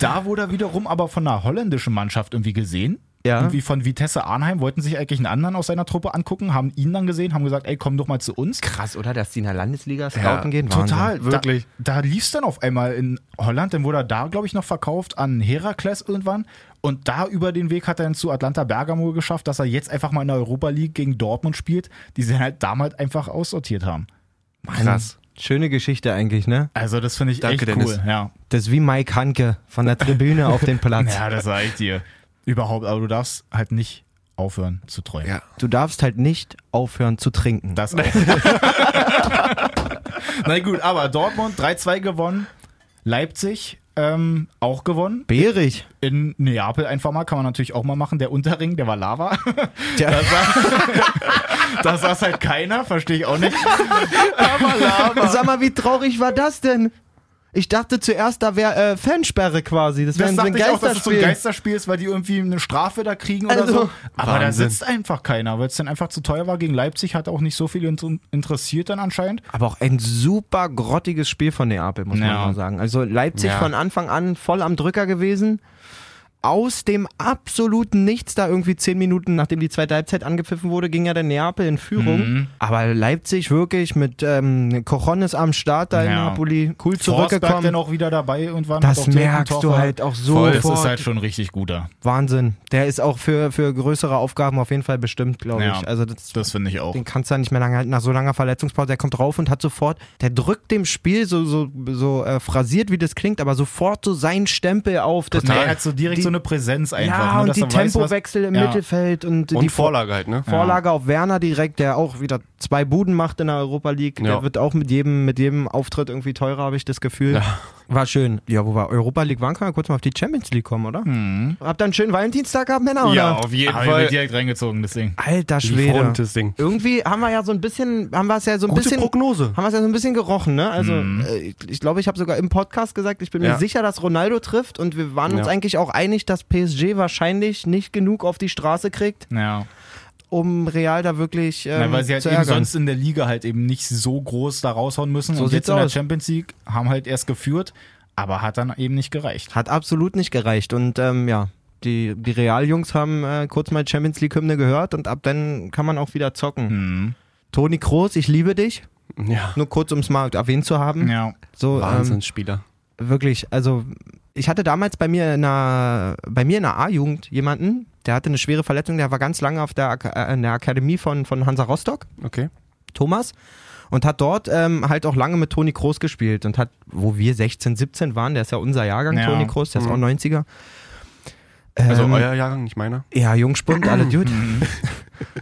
Speaker 3: da wurde er wiederum aber von einer holländischen Mannschaft irgendwie gesehen.
Speaker 5: Ja.
Speaker 3: Irgendwie von Vitesse Arnheim wollten sich eigentlich einen anderen aus seiner Truppe angucken, haben ihn dann gesehen, haben gesagt, ey, komm doch mal zu uns.
Speaker 5: Krass, oder? Dass die in der Landesliga scouten gehen. Wahnsinn.
Speaker 3: Total, wirklich. Da, da lief es dann auf einmal in Holland, dann wurde er da, glaube ich, noch verkauft an Herakles irgendwann. Und da über den Weg hat er dann zu Atlanta Bergamo geschafft, dass er jetzt einfach mal in der Europa League gegen Dortmund spielt, die sie halt damals einfach aussortiert haben.
Speaker 4: Krass.
Speaker 5: Schöne Geschichte eigentlich, ne?
Speaker 3: Also das finde ich
Speaker 4: Danke,
Speaker 3: echt cool.
Speaker 4: Dennis.
Speaker 3: Ja.
Speaker 5: Das ist wie Mike Hanke von der Tribüne auf den
Speaker 3: <laughs>
Speaker 5: Platz.
Speaker 3: ja, das sage ich dir. Überhaupt, aber du darfst halt nicht aufhören zu träumen.
Speaker 4: Ja.
Speaker 5: Du darfst halt nicht aufhören zu
Speaker 4: <laughs>
Speaker 5: trinken.
Speaker 3: Das auch. Na gut, aber Dortmund 3-2 gewonnen, Leipzig ähm, auch gewonnen.
Speaker 5: Beerig.
Speaker 3: in Neapel einfach mal, kann man natürlich auch mal machen. Der Unterring, der war
Speaker 5: <laughs>
Speaker 3: Lava.
Speaker 5: Tja.
Speaker 3: Da, saß, da saß <laughs> halt keiner, verstehe ich auch nicht.
Speaker 5: Sag mal, wie traurig war das denn? Ich dachte zuerst, da wäre äh, Fansperre quasi. Das wäre
Speaker 3: Das
Speaker 5: so ein
Speaker 3: dachte ich auch, dass es so ein
Speaker 5: Geisterspiel.
Speaker 3: Geisterspiel ist, weil die irgendwie eine Strafe da kriegen oder
Speaker 5: Also-
Speaker 3: so. Aber da
Speaker 4: Wahnsinn.
Speaker 3: sitzt einfach keiner, weil es dann einfach zu teuer war. Gegen Leipzig hat auch nicht so viel inter- interessiert dann anscheinend.
Speaker 5: Aber auch ein super grottiges Spiel von Neapel, muss man
Speaker 3: Ja.
Speaker 5: mal sagen. Also Leipzig
Speaker 4: Ja.
Speaker 5: von Anfang an voll am Drücker gewesen. Aus dem absoluten Nichts, da irgendwie zehn Minuten, nachdem die zweite Halbzeit angepfiffen wurde, ging ja der Neapel in Führung.
Speaker 3: Mhm.
Speaker 5: Aber Leipzig wirklich mit ähm, Cochones am Start da in
Speaker 3: Ja.
Speaker 5: Napoli,
Speaker 3: Forsberg
Speaker 5: cool
Speaker 3: dann
Speaker 5: zurückgekommen.
Speaker 3: auch wieder dabei irgendwann.
Speaker 5: Das merkst du halt auch so.
Speaker 3: Voll, das ist halt schon richtig guter.
Speaker 5: Wahnsinn. Der ist auch für, für größere Aufgaben auf jeden Fall bestimmt, glaube
Speaker 3: Ja.
Speaker 5: ich. Also das,
Speaker 3: Das finde ich auch.
Speaker 5: den kannst du ja nicht mehr lange halten. Nach so langer Verletzungspause, der kommt drauf und hat sofort, der drückt dem Spiel so, so, so äh, phrasiert, wie das klingt, aber sofort so seinen Stempel auf. Das
Speaker 3: Nee, er hat so direkt
Speaker 5: die
Speaker 3: so eine Präsenz einfach.
Speaker 5: Ja,
Speaker 3: ne,
Speaker 5: und
Speaker 3: dass
Speaker 5: die
Speaker 3: er weiß, was-
Speaker 5: Tempowechsel im
Speaker 3: Ja.
Speaker 5: Mittelfeld und,
Speaker 4: Und
Speaker 5: die Vor-
Speaker 4: Vorlage halt, ne?
Speaker 5: Vorlage auf Werner direkt, der auch wieder zwei Buden macht in der Europa League. Der
Speaker 4: Ja.
Speaker 5: wird auch mit jedem, mit jedem Auftritt irgendwie teurer, habe ich das Gefühl. War schön. Ja, wo wir Europa League waren, können wir kurz mal auf die Champions League kommen, oder?
Speaker 3: Hm.
Speaker 5: Habt ihr einen schönen Valentinstag gehabt, Männer,
Speaker 4: Ja,
Speaker 5: oder?
Speaker 4: auf jeden
Speaker 3: Hab ich mir
Speaker 4: Fall.
Speaker 3: direkt reingezogen, deswegen.
Speaker 5: Alter
Speaker 4: Die
Speaker 5: Schwede.
Speaker 4: Front, das Ding.
Speaker 5: Irgendwie haben wir ja so ein bisschen, haben wir es ja so ein
Speaker 4: Gute
Speaker 5: bisschen.
Speaker 4: Prognose.
Speaker 5: Haben wir es ja so ein bisschen gerochen, ne? Also,
Speaker 3: Mhm.
Speaker 5: äh, ich- ich glaube, ich habe sogar im Podcast gesagt, ich bin mir
Speaker 4: Ja.
Speaker 5: sicher, dass Ronaldo trifft und wir waren uns
Speaker 4: Ja.
Speaker 5: eigentlich auch einig, dass PSG wahrscheinlich nicht genug auf die Straße kriegt,
Speaker 3: Ja.
Speaker 5: um Real da wirklich. Ähm,
Speaker 3: Na, weil sie halt
Speaker 5: zu
Speaker 3: eben
Speaker 5: ärgern.
Speaker 3: sonst in der Liga halt eben nicht so groß da raushauen müssen.
Speaker 5: So
Speaker 3: und
Speaker 5: sieht's
Speaker 3: jetzt in der
Speaker 5: aus.
Speaker 3: Champions League haben halt erst geführt, aber hat dann eben nicht gereicht.
Speaker 5: Hat absolut nicht gereicht. Und ähm, ja, die, die Real-Jungs haben äh, kurz mal Champions League-Hymne gehört und ab dann kann man auch wieder zocken.
Speaker 3: Mhm.
Speaker 5: Toni Kroos, ich liebe dich.
Speaker 4: Ja.
Speaker 5: Nur kurz, um es mal erwähnt zu haben.
Speaker 3: Ja.
Speaker 5: So, ähm,
Speaker 4: Wahnsinnsspieler.
Speaker 5: wirklich, also ich hatte damals bei mir in der, bei mir in der A-Jugend jemanden, der hatte eine schwere Verletzung, der war ganz lange auf der, Ak- äh, in der Akademie von, von Hansa Rostock.
Speaker 4: Okay.
Speaker 5: Thomas und hat dort ähm, halt auch lange mit Toni Kroos gespielt und hat, wo wir 16, 17 waren, der ist ja unser Jahrgang,
Speaker 3: Ja.
Speaker 5: Toni Kroos, der ist auch 90er.
Speaker 4: Mhm. Also
Speaker 5: Ähm,
Speaker 4: euer Jahrgang, nicht meiner.
Speaker 5: ja,
Speaker 4: <clears throat>
Speaker 5: Jungspund, alle Dude.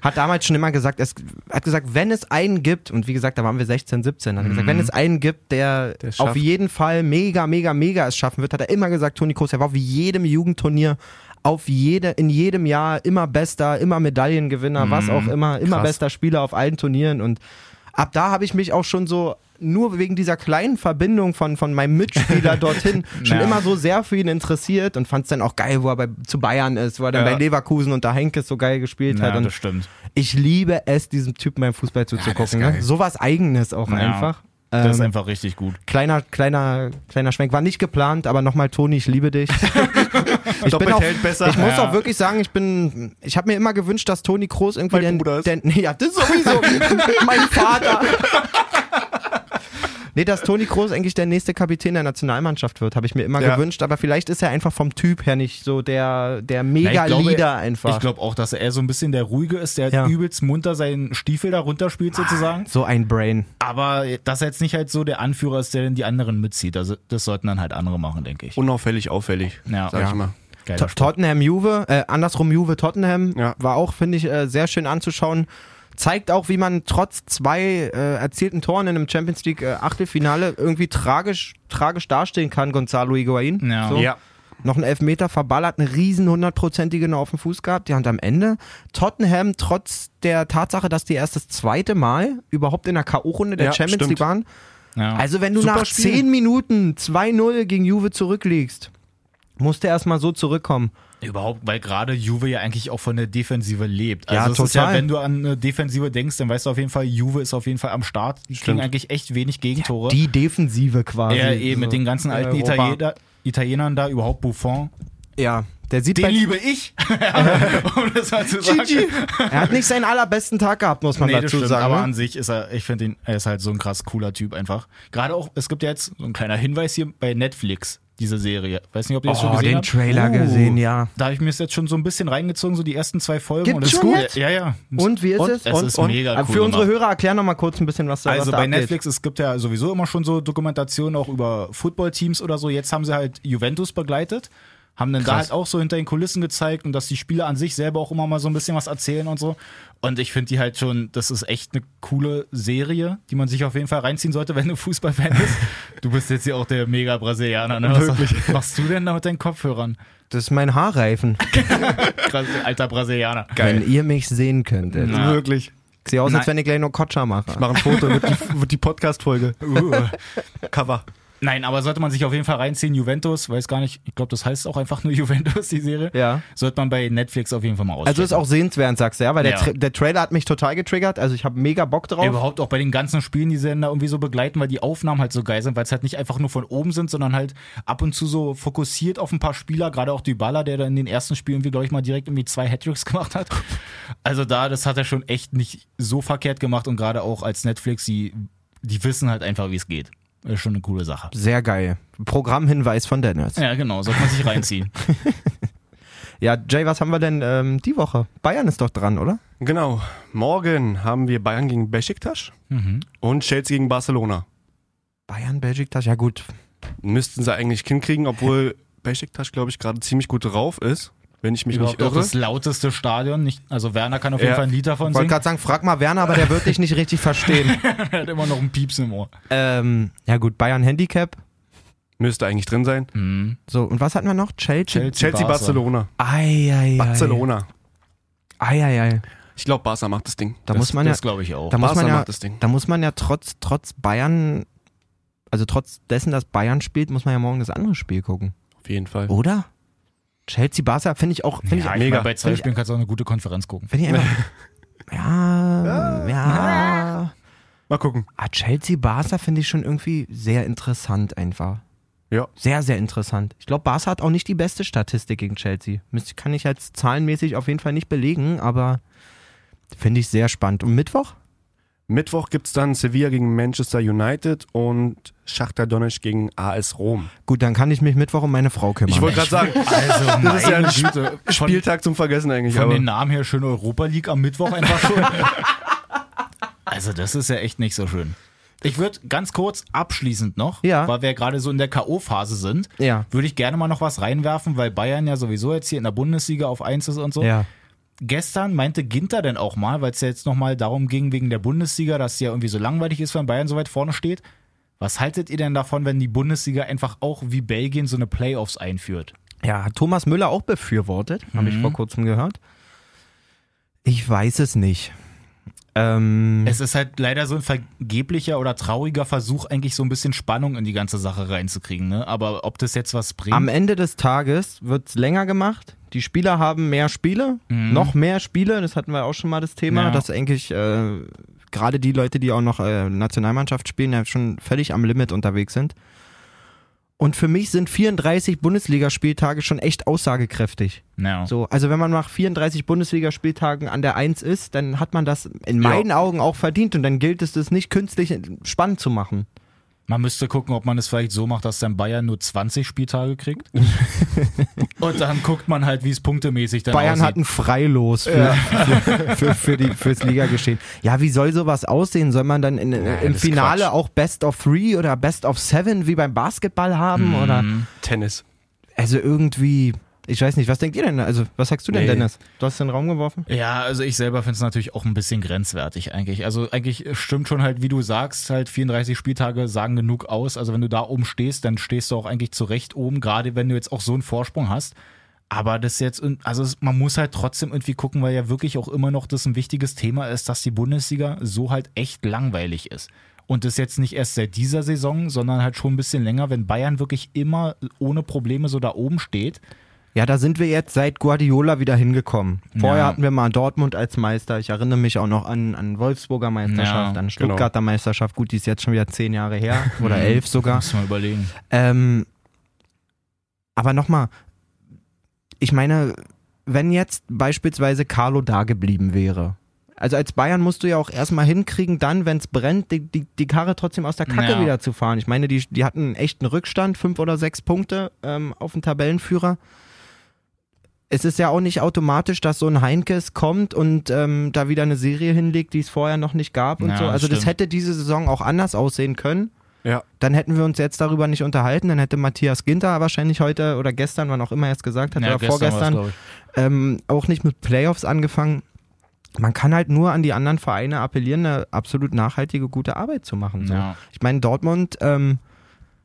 Speaker 5: hat damals schon immer gesagt, es hat gesagt, wenn es einen gibt, und wie gesagt, da waren wir 16, 17, hat er gesagt, wenn es einen gibt, der,
Speaker 4: Mhm. Der es schafft.
Speaker 5: auf jeden Fall mega, mega, mega es schaffen wird, hat er immer gesagt, Toni Kroos, er war auf jedem Jugendturnier, auf jede, in jedem Jahr immer bester, immer Medaillengewinner, was auch immer, immer
Speaker 4: Mhm. Krass.
Speaker 5: bester Spieler auf allen Turnieren und ab da habe ich mich auch schon so nur wegen dieser kleinen Verbindung von, von meinem
Speaker 4: <laughs>
Speaker 5: Mitspieler dorthin schon
Speaker 3: Ja.
Speaker 5: immer so sehr für ihn interessiert und fand es dann auch geil, wo er bei, zu Bayern ist, wo er dann
Speaker 3: Ja.
Speaker 5: bei Leverkusen und da Henkes so geil gespielt
Speaker 3: Ja,
Speaker 5: hat.
Speaker 3: das
Speaker 5: Und
Speaker 3: stimmt.
Speaker 5: ich liebe es, diesem Typen beim Fußball zuzugucken. ne? Sowas Eigenes auch einfach.
Speaker 3: Das ist
Speaker 5: Ähm,
Speaker 3: einfach richtig gut.
Speaker 5: Kleiner, kleiner, kleiner Schwenk. War nicht geplant, aber nochmal, Toni, ich
Speaker 3: <laughs>
Speaker 5: liebe dich. ich bin
Speaker 4: Doppelt
Speaker 5: auch,
Speaker 4: hält besser.
Speaker 5: Ich muss
Speaker 3: Ja.
Speaker 5: auch wirklich sagen, ich bin, ich habe mir immer gewünscht, dass Toni Kroos irgendwie
Speaker 4: Mein
Speaker 5: den,
Speaker 4: Bruder ist.
Speaker 5: den, <laughs> ja,
Speaker 3: <laughs>
Speaker 5: das sowieso, mein Vater. Nee, dass Toni Kroos eigentlich der nächste Kapitän der Nationalmannschaft wird, habe ich mir immer
Speaker 4: Ja.
Speaker 5: gewünscht. Aber vielleicht ist er einfach vom Typ her nicht so der, der
Speaker 3: Na, ich glaube,
Speaker 5: Mega-Leader einfach.
Speaker 3: Ich glaube auch, dass er so ein bisschen der Ruhige ist, der halt
Speaker 5: Ja.
Speaker 3: übelst munter seinen Stiefel da runterspielt sozusagen.
Speaker 5: so ein Brain.
Speaker 3: Aber dass er jetzt nicht halt so der Anführer ist, der dann die anderen mitzieht. Also das sollten dann halt andere machen, denke ich.
Speaker 4: <laughs> Unauffällig, auffällig.
Speaker 3: Ja.
Speaker 4: Sag
Speaker 3: Ja.
Speaker 4: ich mal.
Speaker 3: Geiler
Speaker 5: To-
Speaker 3: Sport.
Speaker 5: Tottenham Juve, äh, andersrum Juve Tottenham,
Speaker 4: Ja.
Speaker 5: war auch, finde ich, äh, sehr schön anzuschauen. Zeigt auch, wie man trotz zwei äh, erzielten Toren in einem Champions League äh, Achtelfinale irgendwie tragisch, tragisch dastehen kann, Gonzalo Higuain.
Speaker 3: Ja.
Speaker 5: So.
Speaker 4: Ja.
Speaker 5: Noch einen Elfmeter verballert, eine riesen hundertprozentige noch auf dem Fuß gehabt. Ja, und am Ende Tottenham, trotz der Tatsache, dass die erst das zweite Mal überhaupt in der K.O.-Runde der
Speaker 4: Ja,
Speaker 5: Champions
Speaker 4: stimmt.
Speaker 5: League waren,
Speaker 3: Ja.
Speaker 5: also wenn du
Speaker 4: Super
Speaker 5: nach
Speaker 4: Spiel.
Speaker 5: 10 Minuten 2-0 gegen Juve zurückliegst, musst du erstmal so zurückkommen.
Speaker 3: Überhaupt, weil gerade Juve ja eigentlich auch von der Defensive lebt. Also
Speaker 5: Ja,
Speaker 3: es ist ja,
Speaker 5: total.
Speaker 3: wenn du an eine Defensive denkst, dann weißt du auf jeden Fall, Juve ist auf jeden Fall am Start. Die kriegen eigentlich echt wenig Gegentore.
Speaker 5: Die Defensive quasi.
Speaker 3: ja, eh, mit
Speaker 5: So.
Speaker 3: den ganzen
Speaker 5: in
Speaker 3: alten
Speaker 5: Europa.
Speaker 3: Italiener, Italienern da, überhaupt Buffon.
Speaker 5: Ja, der sieht
Speaker 3: Den
Speaker 5: bei,
Speaker 3: liebe ich, <laughs> um das mal zu sagen. <laughs>
Speaker 5: Er hat nicht seinen allerbesten Tag gehabt, muss man
Speaker 3: Nee, das
Speaker 5: dazu
Speaker 3: stimmt,
Speaker 5: sagen.
Speaker 3: aber
Speaker 5: ne?
Speaker 3: an sich ist er, ich finde ihn, er ist halt so ein krass cooler Typ einfach. Gerade auch, es gibt ja jetzt so ein kleiner Hinweis hier bei Netflix, diese Serie. Weiß nicht, ob ihr das schon
Speaker 5: oh,
Speaker 3: gesehen
Speaker 5: den
Speaker 3: habt.
Speaker 5: Trailer
Speaker 3: Oh.
Speaker 5: gesehen, ja.
Speaker 3: Da habe ich mir es jetzt schon so ein bisschen reingezogen, so die ersten zwei Folgen.
Speaker 5: Gibt's
Speaker 3: und es ist
Speaker 5: schon
Speaker 3: gut.
Speaker 5: jetzt?
Speaker 3: Ja, ja.
Speaker 5: ne? Und wie ist es?
Speaker 3: Es
Speaker 5: und,
Speaker 3: ist
Speaker 5: und,
Speaker 3: mega
Speaker 5: Aber
Speaker 3: cool
Speaker 5: Für unsere
Speaker 3: gemacht.
Speaker 5: Hörer erklär noch mal kurz ein bisschen was da
Speaker 3: Also
Speaker 5: was da
Speaker 3: bei
Speaker 5: abgeht.
Speaker 3: Netflix, es gibt ja sowieso immer schon so Dokumentationen auch über Football-Teams oder so. Jetzt haben sie halt Juventus begleitet, haben dann da halt auch so hinter den Kulissen gezeigt und dass die Spieler an sich selber auch immer mal so ein bisschen was erzählen und so. Und ich finde die halt schon, das ist echt eine coole Serie, die man sich auf jeden Fall reinziehen sollte, wenn du Fußballfan bist. <laughs> Du bist jetzt hier auch der mega Brasilianer, ne? Was machst du denn da mit deinen Kopfhörern?
Speaker 5: Das ist mein Haarreifen.
Speaker 3: Krass, alter Brasilianer.
Speaker 5: Wenn ihr mich sehen könntet.
Speaker 3: Na.
Speaker 4: Wirklich.
Speaker 5: Sieht aus,
Speaker 3: Nein.
Speaker 5: als wenn ich gleich nur Kotscher mache.
Speaker 4: Mach ein Foto, wird <laughs> die, wird die Podcast-Folge.
Speaker 3: Uh.
Speaker 4: <laughs> Cover.
Speaker 3: Nein, aber sollte man sich auf jeden Fall reinziehen, Juventus, weiß gar nicht, ich glaube, das heißt auch einfach nur <laughs> Juventus, die Serie.
Speaker 5: Ja.
Speaker 3: Sollte man bei Netflix auf jeden Fall mal auschecken.
Speaker 5: Also ist auch sehenswert, sagst du, ja? Weil der,
Speaker 3: Ja.
Speaker 5: Tra der Trailer hat mich total getriggert. Also ich habe mega Bock drauf.
Speaker 3: Überhaupt auch bei den ganzen Spielen, die sie dann da irgendwie so begleiten, weil die Aufnahmen halt so geil sind, weil es halt nicht einfach nur von oben sind, sondern halt ab und zu so fokussiert auf ein paar Spieler, gerade auch Dybala, der da in den ersten Spielen, irgendwie, glaube ich, mal direkt irgendwie zwei Hattricks <laughs> gemacht hat. Also da, das hat er schon echt nicht so verkehrt gemacht und gerade auch als Netflix, die, die wissen halt einfach, wie es geht. Ist schon eine coole Sache.
Speaker 5: Sehr geil. Programmhinweis von Dennis.
Speaker 3: Ja, genau, sollte man sich reinziehen.
Speaker 5: Ja, Jay, was haben wir denn ähm, die Woche? Bayern ist doch dran, oder?
Speaker 4: Genau. Morgen haben wir Bayern gegen Besiktas und Chelsea gegen Barcelona.
Speaker 5: Bayern, Belgic, das ja gut.
Speaker 4: Müssten sie eigentlich hinkriegen, obwohl bei Schicktasch, glaube ich, gerade ziemlich gut drauf ist, wenn ich mich
Speaker 3: Überhaupt
Speaker 4: nicht
Speaker 3: auch
Speaker 4: irre.
Speaker 3: das lauteste Stadion. Nicht, also Werner kann auf jeden
Speaker 4: Ja.
Speaker 3: Fall ein Lied davon
Speaker 5: Ich wollte
Speaker 3: singen.
Speaker 5: gerade sagen, frag mal Werner, aber der wird dich nicht
Speaker 3: <laughs>
Speaker 5: richtig verstehen.
Speaker 3: Er hat immer noch ein Pieps im Ohr.
Speaker 5: ähm, ja gut, Bayern Handicap.
Speaker 4: Müsste eigentlich drin sein.
Speaker 5: So, und was hatten wir noch? Chelsea.
Speaker 4: Chelsea, Barcelona.
Speaker 5: Eieiei.
Speaker 4: Barcelona.
Speaker 5: Eieiei.
Speaker 4: Ich glaube, Barca macht das Ding.
Speaker 5: Da
Speaker 3: Das,
Speaker 5: muss man ja,
Speaker 3: das glaube ich auch.
Speaker 5: da muss
Speaker 4: Barca
Speaker 5: man ja,
Speaker 4: macht das Ding.
Speaker 5: da muss man ja trotz, trotz Bayern, also trotz dessen, dass Bayern spielt, muss man ja morgen das andere Spiel gucken.
Speaker 4: Auf jeden Fall.
Speaker 5: Oder? Chelsea Barca finde ich auch, finde ich
Speaker 3: ja, ich
Speaker 4: mega.
Speaker 3: meine, bei zwei Spielen kannst du auch eine gute Konferenz
Speaker 5: <laughs>
Speaker 3: gucken.
Speaker 5: Wenn ich einfach, ja, ja.
Speaker 4: Mal gucken.
Speaker 5: Ah, Chelsea Barca finde ich schon irgendwie sehr interessant einfach.
Speaker 4: Ja.
Speaker 5: Sehr, sehr interessant. Ich glaube, Barca hat auch nicht die beste Statistik gegen Chelsea. Müsste- Kann ich jetzt zahlenmäßig auf jeden Fall nicht belegen, aber finde ich sehr spannend. Und Mittwoch?
Speaker 4: Mittwoch gibt es dann Sevilla gegen Manchester United und Schachter Donetsk gegen AS Rom.
Speaker 5: Gut, dann kann ich mich Mittwoch um meine Frau kümmern.
Speaker 4: Ich wollte gerade sagen,
Speaker 3: Also,
Speaker 4: das ist ja ein
Speaker 3: meine
Speaker 4: Sp-
Speaker 3: Güte. Von-
Speaker 4: Spieltag zum Vergessen eigentlich.
Speaker 3: Von
Speaker 4: Aber
Speaker 3: den Namen her schön Europa League am Mittwoch einfach
Speaker 5: <laughs>
Speaker 3: schon. also das ist ja echt nicht so schön. Ich würde ganz kurz abschließend noch,
Speaker 5: Ja.
Speaker 3: weil wir ja gerade so in der K.O.-Phase sind,
Speaker 5: Ja.
Speaker 3: würde ich gerne mal noch was reinwerfen, weil Bayern ja sowieso jetzt hier in der Bundesliga auf 1 ist und so.
Speaker 5: ja.
Speaker 3: Gestern meinte Ginter denn auch mal, weil es ja jetzt nochmal darum ging, wegen der Bundesliga, dass sie ja irgendwie so langweilig ist, wenn Bayern so weit vorne steht. Was haltet ihr denn davon, wenn die Bundesliga einfach auch wie Belgien so eine Playoffs einführt?
Speaker 5: ja, hat Thomas Müller auch befürwortet, habe ich vor kurzem gehört. Ich weiß es nicht. Ähm,
Speaker 3: Es ist halt leider so ein vergeblicher oder trauriger Versuch, eigentlich so ein bisschen Spannung in die ganze Sache reinzukriegen. Ne? Aber ob das jetzt was bringt,
Speaker 5: am Ende des Tages wird es länger gemacht. Die Spieler haben mehr Spiele, noch mehr Spiele. Das hatten wir auch schon mal das Thema,
Speaker 3: Ja.
Speaker 5: dass eigentlich äh, gerade die Leute, die auch noch äh, Nationalmannschaft spielen, ja schon völlig am Limit unterwegs sind. Und für mich sind 34 Bundesligaspieltage schon echt aussagekräftig.
Speaker 3: ja.
Speaker 5: So, also wenn man nach 34 Bundesligaspieltagen an der 1 ist, dann hat man das in meinen Augen auch verdient und dann gilt es, das nicht künstlich spannend zu machen.
Speaker 3: man müsste gucken, ob man es vielleicht so macht, dass dann Bayern nur 20 Spieltage
Speaker 5: <laughs>
Speaker 3: kriegt. Und dann guckt man halt, wie es punktemäßig dann
Speaker 5: Bayern
Speaker 3: aussieht.
Speaker 5: hat ein Freilos für, für, <laughs> für, für die, fürs Ligageschehen. Ja, wie soll sowas aussehen? Soll man dann in, im
Speaker 4: das ist
Speaker 5: Finale
Speaker 4: Quatsch.
Speaker 5: auch Best of Three oder Best of Seven wie beim Basketball haben?
Speaker 4: Mhm.
Speaker 5: Oder
Speaker 4: Tennis.
Speaker 5: also irgendwie. Ich weiß nicht, was denkt ihr denn? Also, was sagst du denn,
Speaker 4: Nee.
Speaker 5: Dennis? Du hast den Raum geworfen?
Speaker 3: Ja, also ich selber finde es natürlich auch ein bisschen grenzwertig eigentlich. Also eigentlich stimmt schon halt, wie du sagst, halt 34 Spieltage sagen genug aus. Also wenn du da oben stehst, dann stehst du auch eigentlich zurecht oben, gerade wenn du jetzt auch so einen Vorsprung hast. Aber das jetzt, also es- man muss halt trotzdem irgendwie gucken, weil ja wirklich auch immer noch das ein wichtiges Thema ist, dass die Bundesliga so halt echt langweilig ist. Und das jetzt nicht erst seit dieser Saison, sondern halt schon ein bisschen länger, wenn Bayern wirklich immer ohne Probleme so da oben steht.
Speaker 5: Ja, da sind wir jetzt seit Guardiola wieder hingekommen. Vorher
Speaker 3: Ja.
Speaker 5: hatten wir mal Dortmund als Meister. Ich erinnere mich auch noch an, an Wolfsburger Meisterschaft,
Speaker 3: Ja, genau.
Speaker 5: an Stuttgarter Meisterschaft. Gut, die ist jetzt schon wieder zehn Jahre her
Speaker 3: <laughs>
Speaker 5: oder elf sogar.
Speaker 3: Muss man überlegen.
Speaker 5: Ähm, aber nochmal, ich meine, wenn jetzt beispielsweise Carlo da geblieben wäre. Also als Bayern musst du ja auch erstmal hinkriegen, dann, wenn es brennt, die, die, die Karre trotzdem aus der Kacke
Speaker 3: Ja.
Speaker 5: wieder zu fahren. Ich meine, die, die hatten einen echten Rückstand, fünf oder sechs Punkte ähm, auf den Tabellenführer. Es ist ja auch nicht automatisch, dass so ein Heinkes kommt und ähm, da wieder eine Serie hinlegt, die es vorher noch nicht gab und
Speaker 3: Ja,
Speaker 5: so.
Speaker 3: das
Speaker 5: Also das
Speaker 3: stimmt.
Speaker 5: hätte diese Saison auch anders aussehen können
Speaker 4: Ja.
Speaker 5: dann hätten wir uns jetzt darüber nicht unterhalten. Dann hätte Matthias Ginter wahrscheinlich heute oder gestern, wann auch immer er es gesagt hat,
Speaker 3: Ja, war's,
Speaker 5: oder vorgestern,
Speaker 3: glaub ich.
Speaker 5: ähm, auch nicht mit Playoffs angefangen. Man kann halt nur an die anderen Vereine appellieren, eine absolut nachhaltige, gute Arbeit zu machen. So.
Speaker 3: Ja.
Speaker 5: Ich meine, Dortmund, ähm,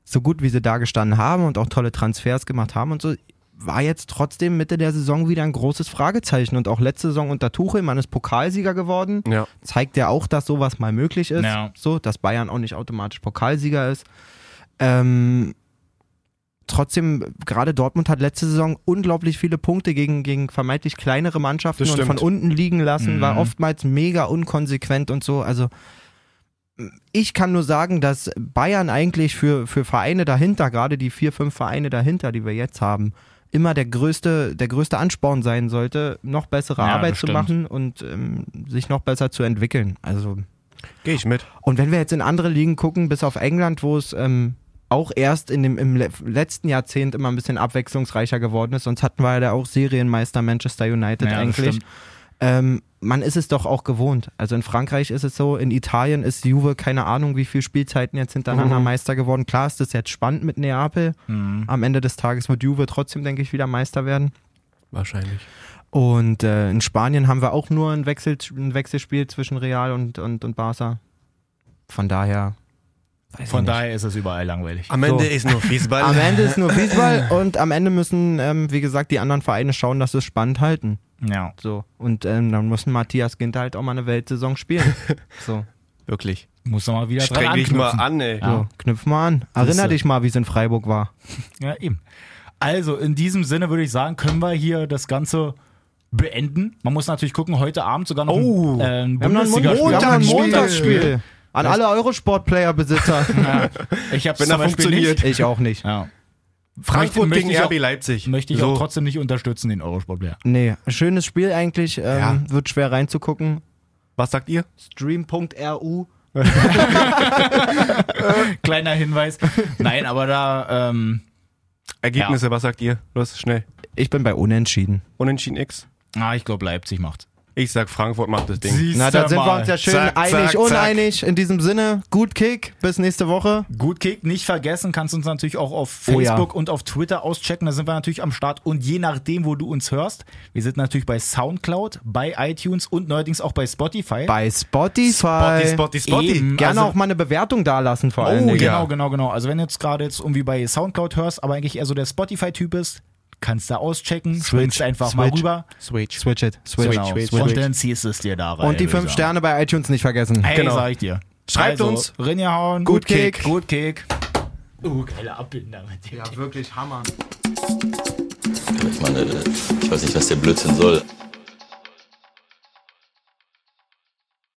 Speaker 5: so gut wie sie da gestanden haben und auch tolle Transfers gemacht haben und so, war jetzt trotzdem Mitte der Saison wieder ein großes Fragezeichen. Und auch letzte Saison unter Tuchel, man ist Pokalsieger geworden
Speaker 4: Ja.
Speaker 5: zeigt ja auch, dass sowas mal möglich ist.
Speaker 3: Ja.
Speaker 5: So, dass Bayern auch nicht automatisch Pokalsieger ist. Ähm, trotzdem, gerade Dortmund hat letzte Saison unglaublich viele Punkte gegen, gegen vermeintlich kleinere Mannschaften
Speaker 4: Das
Speaker 5: und
Speaker 4: stimmt.
Speaker 5: von unten liegen lassen,
Speaker 3: Mhm.
Speaker 5: war oftmals mega unkonsequent und so. Also ich kann nur sagen, dass Bayern eigentlich für, für Vereine dahinter, gerade die vier, fünf Vereine dahinter, die wir jetzt haben, immer der größte, der größte Ansporn sein sollte, noch bessere
Speaker 3: Ja,
Speaker 5: Arbeit
Speaker 3: das
Speaker 5: zu
Speaker 3: stimmt.
Speaker 5: machen und ähm, sich noch besser zu entwickeln. Also,
Speaker 4: Gehe ich mit.
Speaker 5: und wenn wir jetzt in andere Ligen gucken, bis auf England, wo es ähm, auch erst in dem, im le letzten Jahrzehnt immer ein bisschen abwechslungsreicher geworden ist, sonst hatten wir ja da auch Serienmeister Manchester United
Speaker 3: Ja, das
Speaker 5: eigentlich.
Speaker 3: stimmt.
Speaker 5: ähm, man ist es doch auch gewohnt. Also in Frankreich ist es so, in Italien ist Juve keine Ahnung, wie viele Spielzeiten jetzt
Speaker 3: Mhm.
Speaker 5: hintereinander Meister geworden. Klar ist das jetzt spannend mit Neapel. Am Ende des Tages wird Juve trotzdem, denke ich, wieder Meister werden.
Speaker 4: Wahrscheinlich.
Speaker 5: Und äh, in Spanien haben wir auch nur ein, Wechsel, ein Wechselspiel zwischen Real und, und, und Barca. Von daher. weiß
Speaker 3: Von
Speaker 5: ich nicht.
Speaker 3: daher ist es überall langweilig.
Speaker 4: Am Ende ist nur Fußball.
Speaker 5: Am Ende ist nur Fußball und am Ende müssen, ähm, wie gesagt, die anderen Vereine schauen, dass sie es spannend halten.
Speaker 3: Ja.
Speaker 5: So. Und ähm, dann muss ein Matthias Ginter halt auch mal eine Weltsaison spielen. So.
Speaker 4: Wirklich.
Speaker 3: Muss doch mal wieder dran
Speaker 4: Streng dich mal
Speaker 3: anknüpfen.
Speaker 4: an, ey.
Speaker 5: So, knüpf mal an. Erinner
Speaker 4: Siehste.
Speaker 5: dich mal, wie es in Freiburg war.
Speaker 3: Ja, eben. Also, in diesem Sinne würde ich sagen, können wir hier das Ganze beenden. Man muss natürlich gucken, heute Abend sogar noch
Speaker 5: Oh.
Speaker 3: ein, äh, ein
Speaker 5: Wir haben noch ein
Speaker 3: Bundesligaspiel.
Speaker 5: Montagsspiel. Wir haben noch ein
Speaker 3: Montagsspiel.
Speaker 5: Montagsspiel. An alle Eurosport-Player-Besitzer.
Speaker 3: Ich habe
Speaker 4: Wenn er funktioniert.
Speaker 5: ich auch nicht.
Speaker 3: Ja.
Speaker 4: Frankfurt
Speaker 3: Möchte
Speaker 4: gegen
Speaker 3: ich auch-
Speaker 4: RB Leipzig.
Speaker 3: Möchte ich
Speaker 4: so.
Speaker 3: auch trotzdem nicht unterstützen, den Eurosportplayer.
Speaker 5: Nee, schönes Spiel eigentlich. Ähm,
Speaker 4: Ja.
Speaker 5: Wird schwer reinzugucken.
Speaker 4: Was sagt ihr?
Speaker 5: Stream.ru.
Speaker 3: <laughs> Kleiner Hinweis. Nein, aber da, ähm,
Speaker 4: Ergebnisse, was sagt ihr? Los, schnell.
Speaker 5: Ich bin bei Unentschieden.
Speaker 4: Unentschieden X.
Speaker 3: ah, ich glaube, Leipzig macht's.
Speaker 4: Ich sag Frankfurt macht das Ding.
Speaker 5: Na, da sind wir uns ja schön
Speaker 4: Zack,
Speaker 5: einig,
Speaker 4: zack, zack.
Speaker 5: uneinig. In diesem Sinne, gut Kick. Bis nächste Woche.
Speaker 3: Gut Kick, nicht vergessen, kannst uns natürlich auch auf
Speaker 5: Oh ja.
Speaker 3: Facebook und auf Twitter auschecken. Da sind wir natürlich am Start. Und je nachdem, wo du uns hörst, wir sind natürlich bei Soundcloud, bei iTunes und neuerdings auch bei Spotify.
Speaker 5: Bei Spotify.
Speaker 4: Spotty, Spotty, Spotty.
Speaker 3: Eben.
Speaker 5: Gerne
Speaker 3: Also-
Speaker 5: auch mal eine Bewertung dalassen vor allen
Speaker 3: Oh,
Speaker 5: Dingen.
Speaker 3: genau,
Speaker 4: ja.
Speaker 3: genau, genau. Also wenn du jetzt gerade jetzt irgendwie bei Soundcloud hörst, aber eigentlich eher so der Spotify-Typ bist, kannst da auschecken, switch einfach mal
Speaker 5: switch.
Speaker 3: rüber.
Speaker 4: Switch.
Speaker 5: Switch it. Switch,
Speaker 3: Genau.
Speaker 5: switch,
Speaker 3: Und
Speaker 5: switch.
Speaker 3: dann ziehst du es dir da rein.
Speaker 5: Und
Speaker 3: würde
Speaker 5: die
Speaker 3: ich
Speaker 5: 5
Speaker 3: sagen.
Speaker 5: Sterne bei iTunes nicht vergessen.
Speaker 3: Hey,
Speaker 4: Genau.
Speaker 3: sag ich dir.
Speaker 4: Schreibt
Speaker 3: also,
Speaker 4: uns.
Speaker 3: Rinjahauen.
Speaker 5: Gut Kick.
Speaker 3: Gut Kick. Uh, geiler Abbinder mit dem.
Speaker 5: Ja, wirklich Hammer.
Speaker 8: Ich meine, ich weiß nicht, was der Blödsinn soll.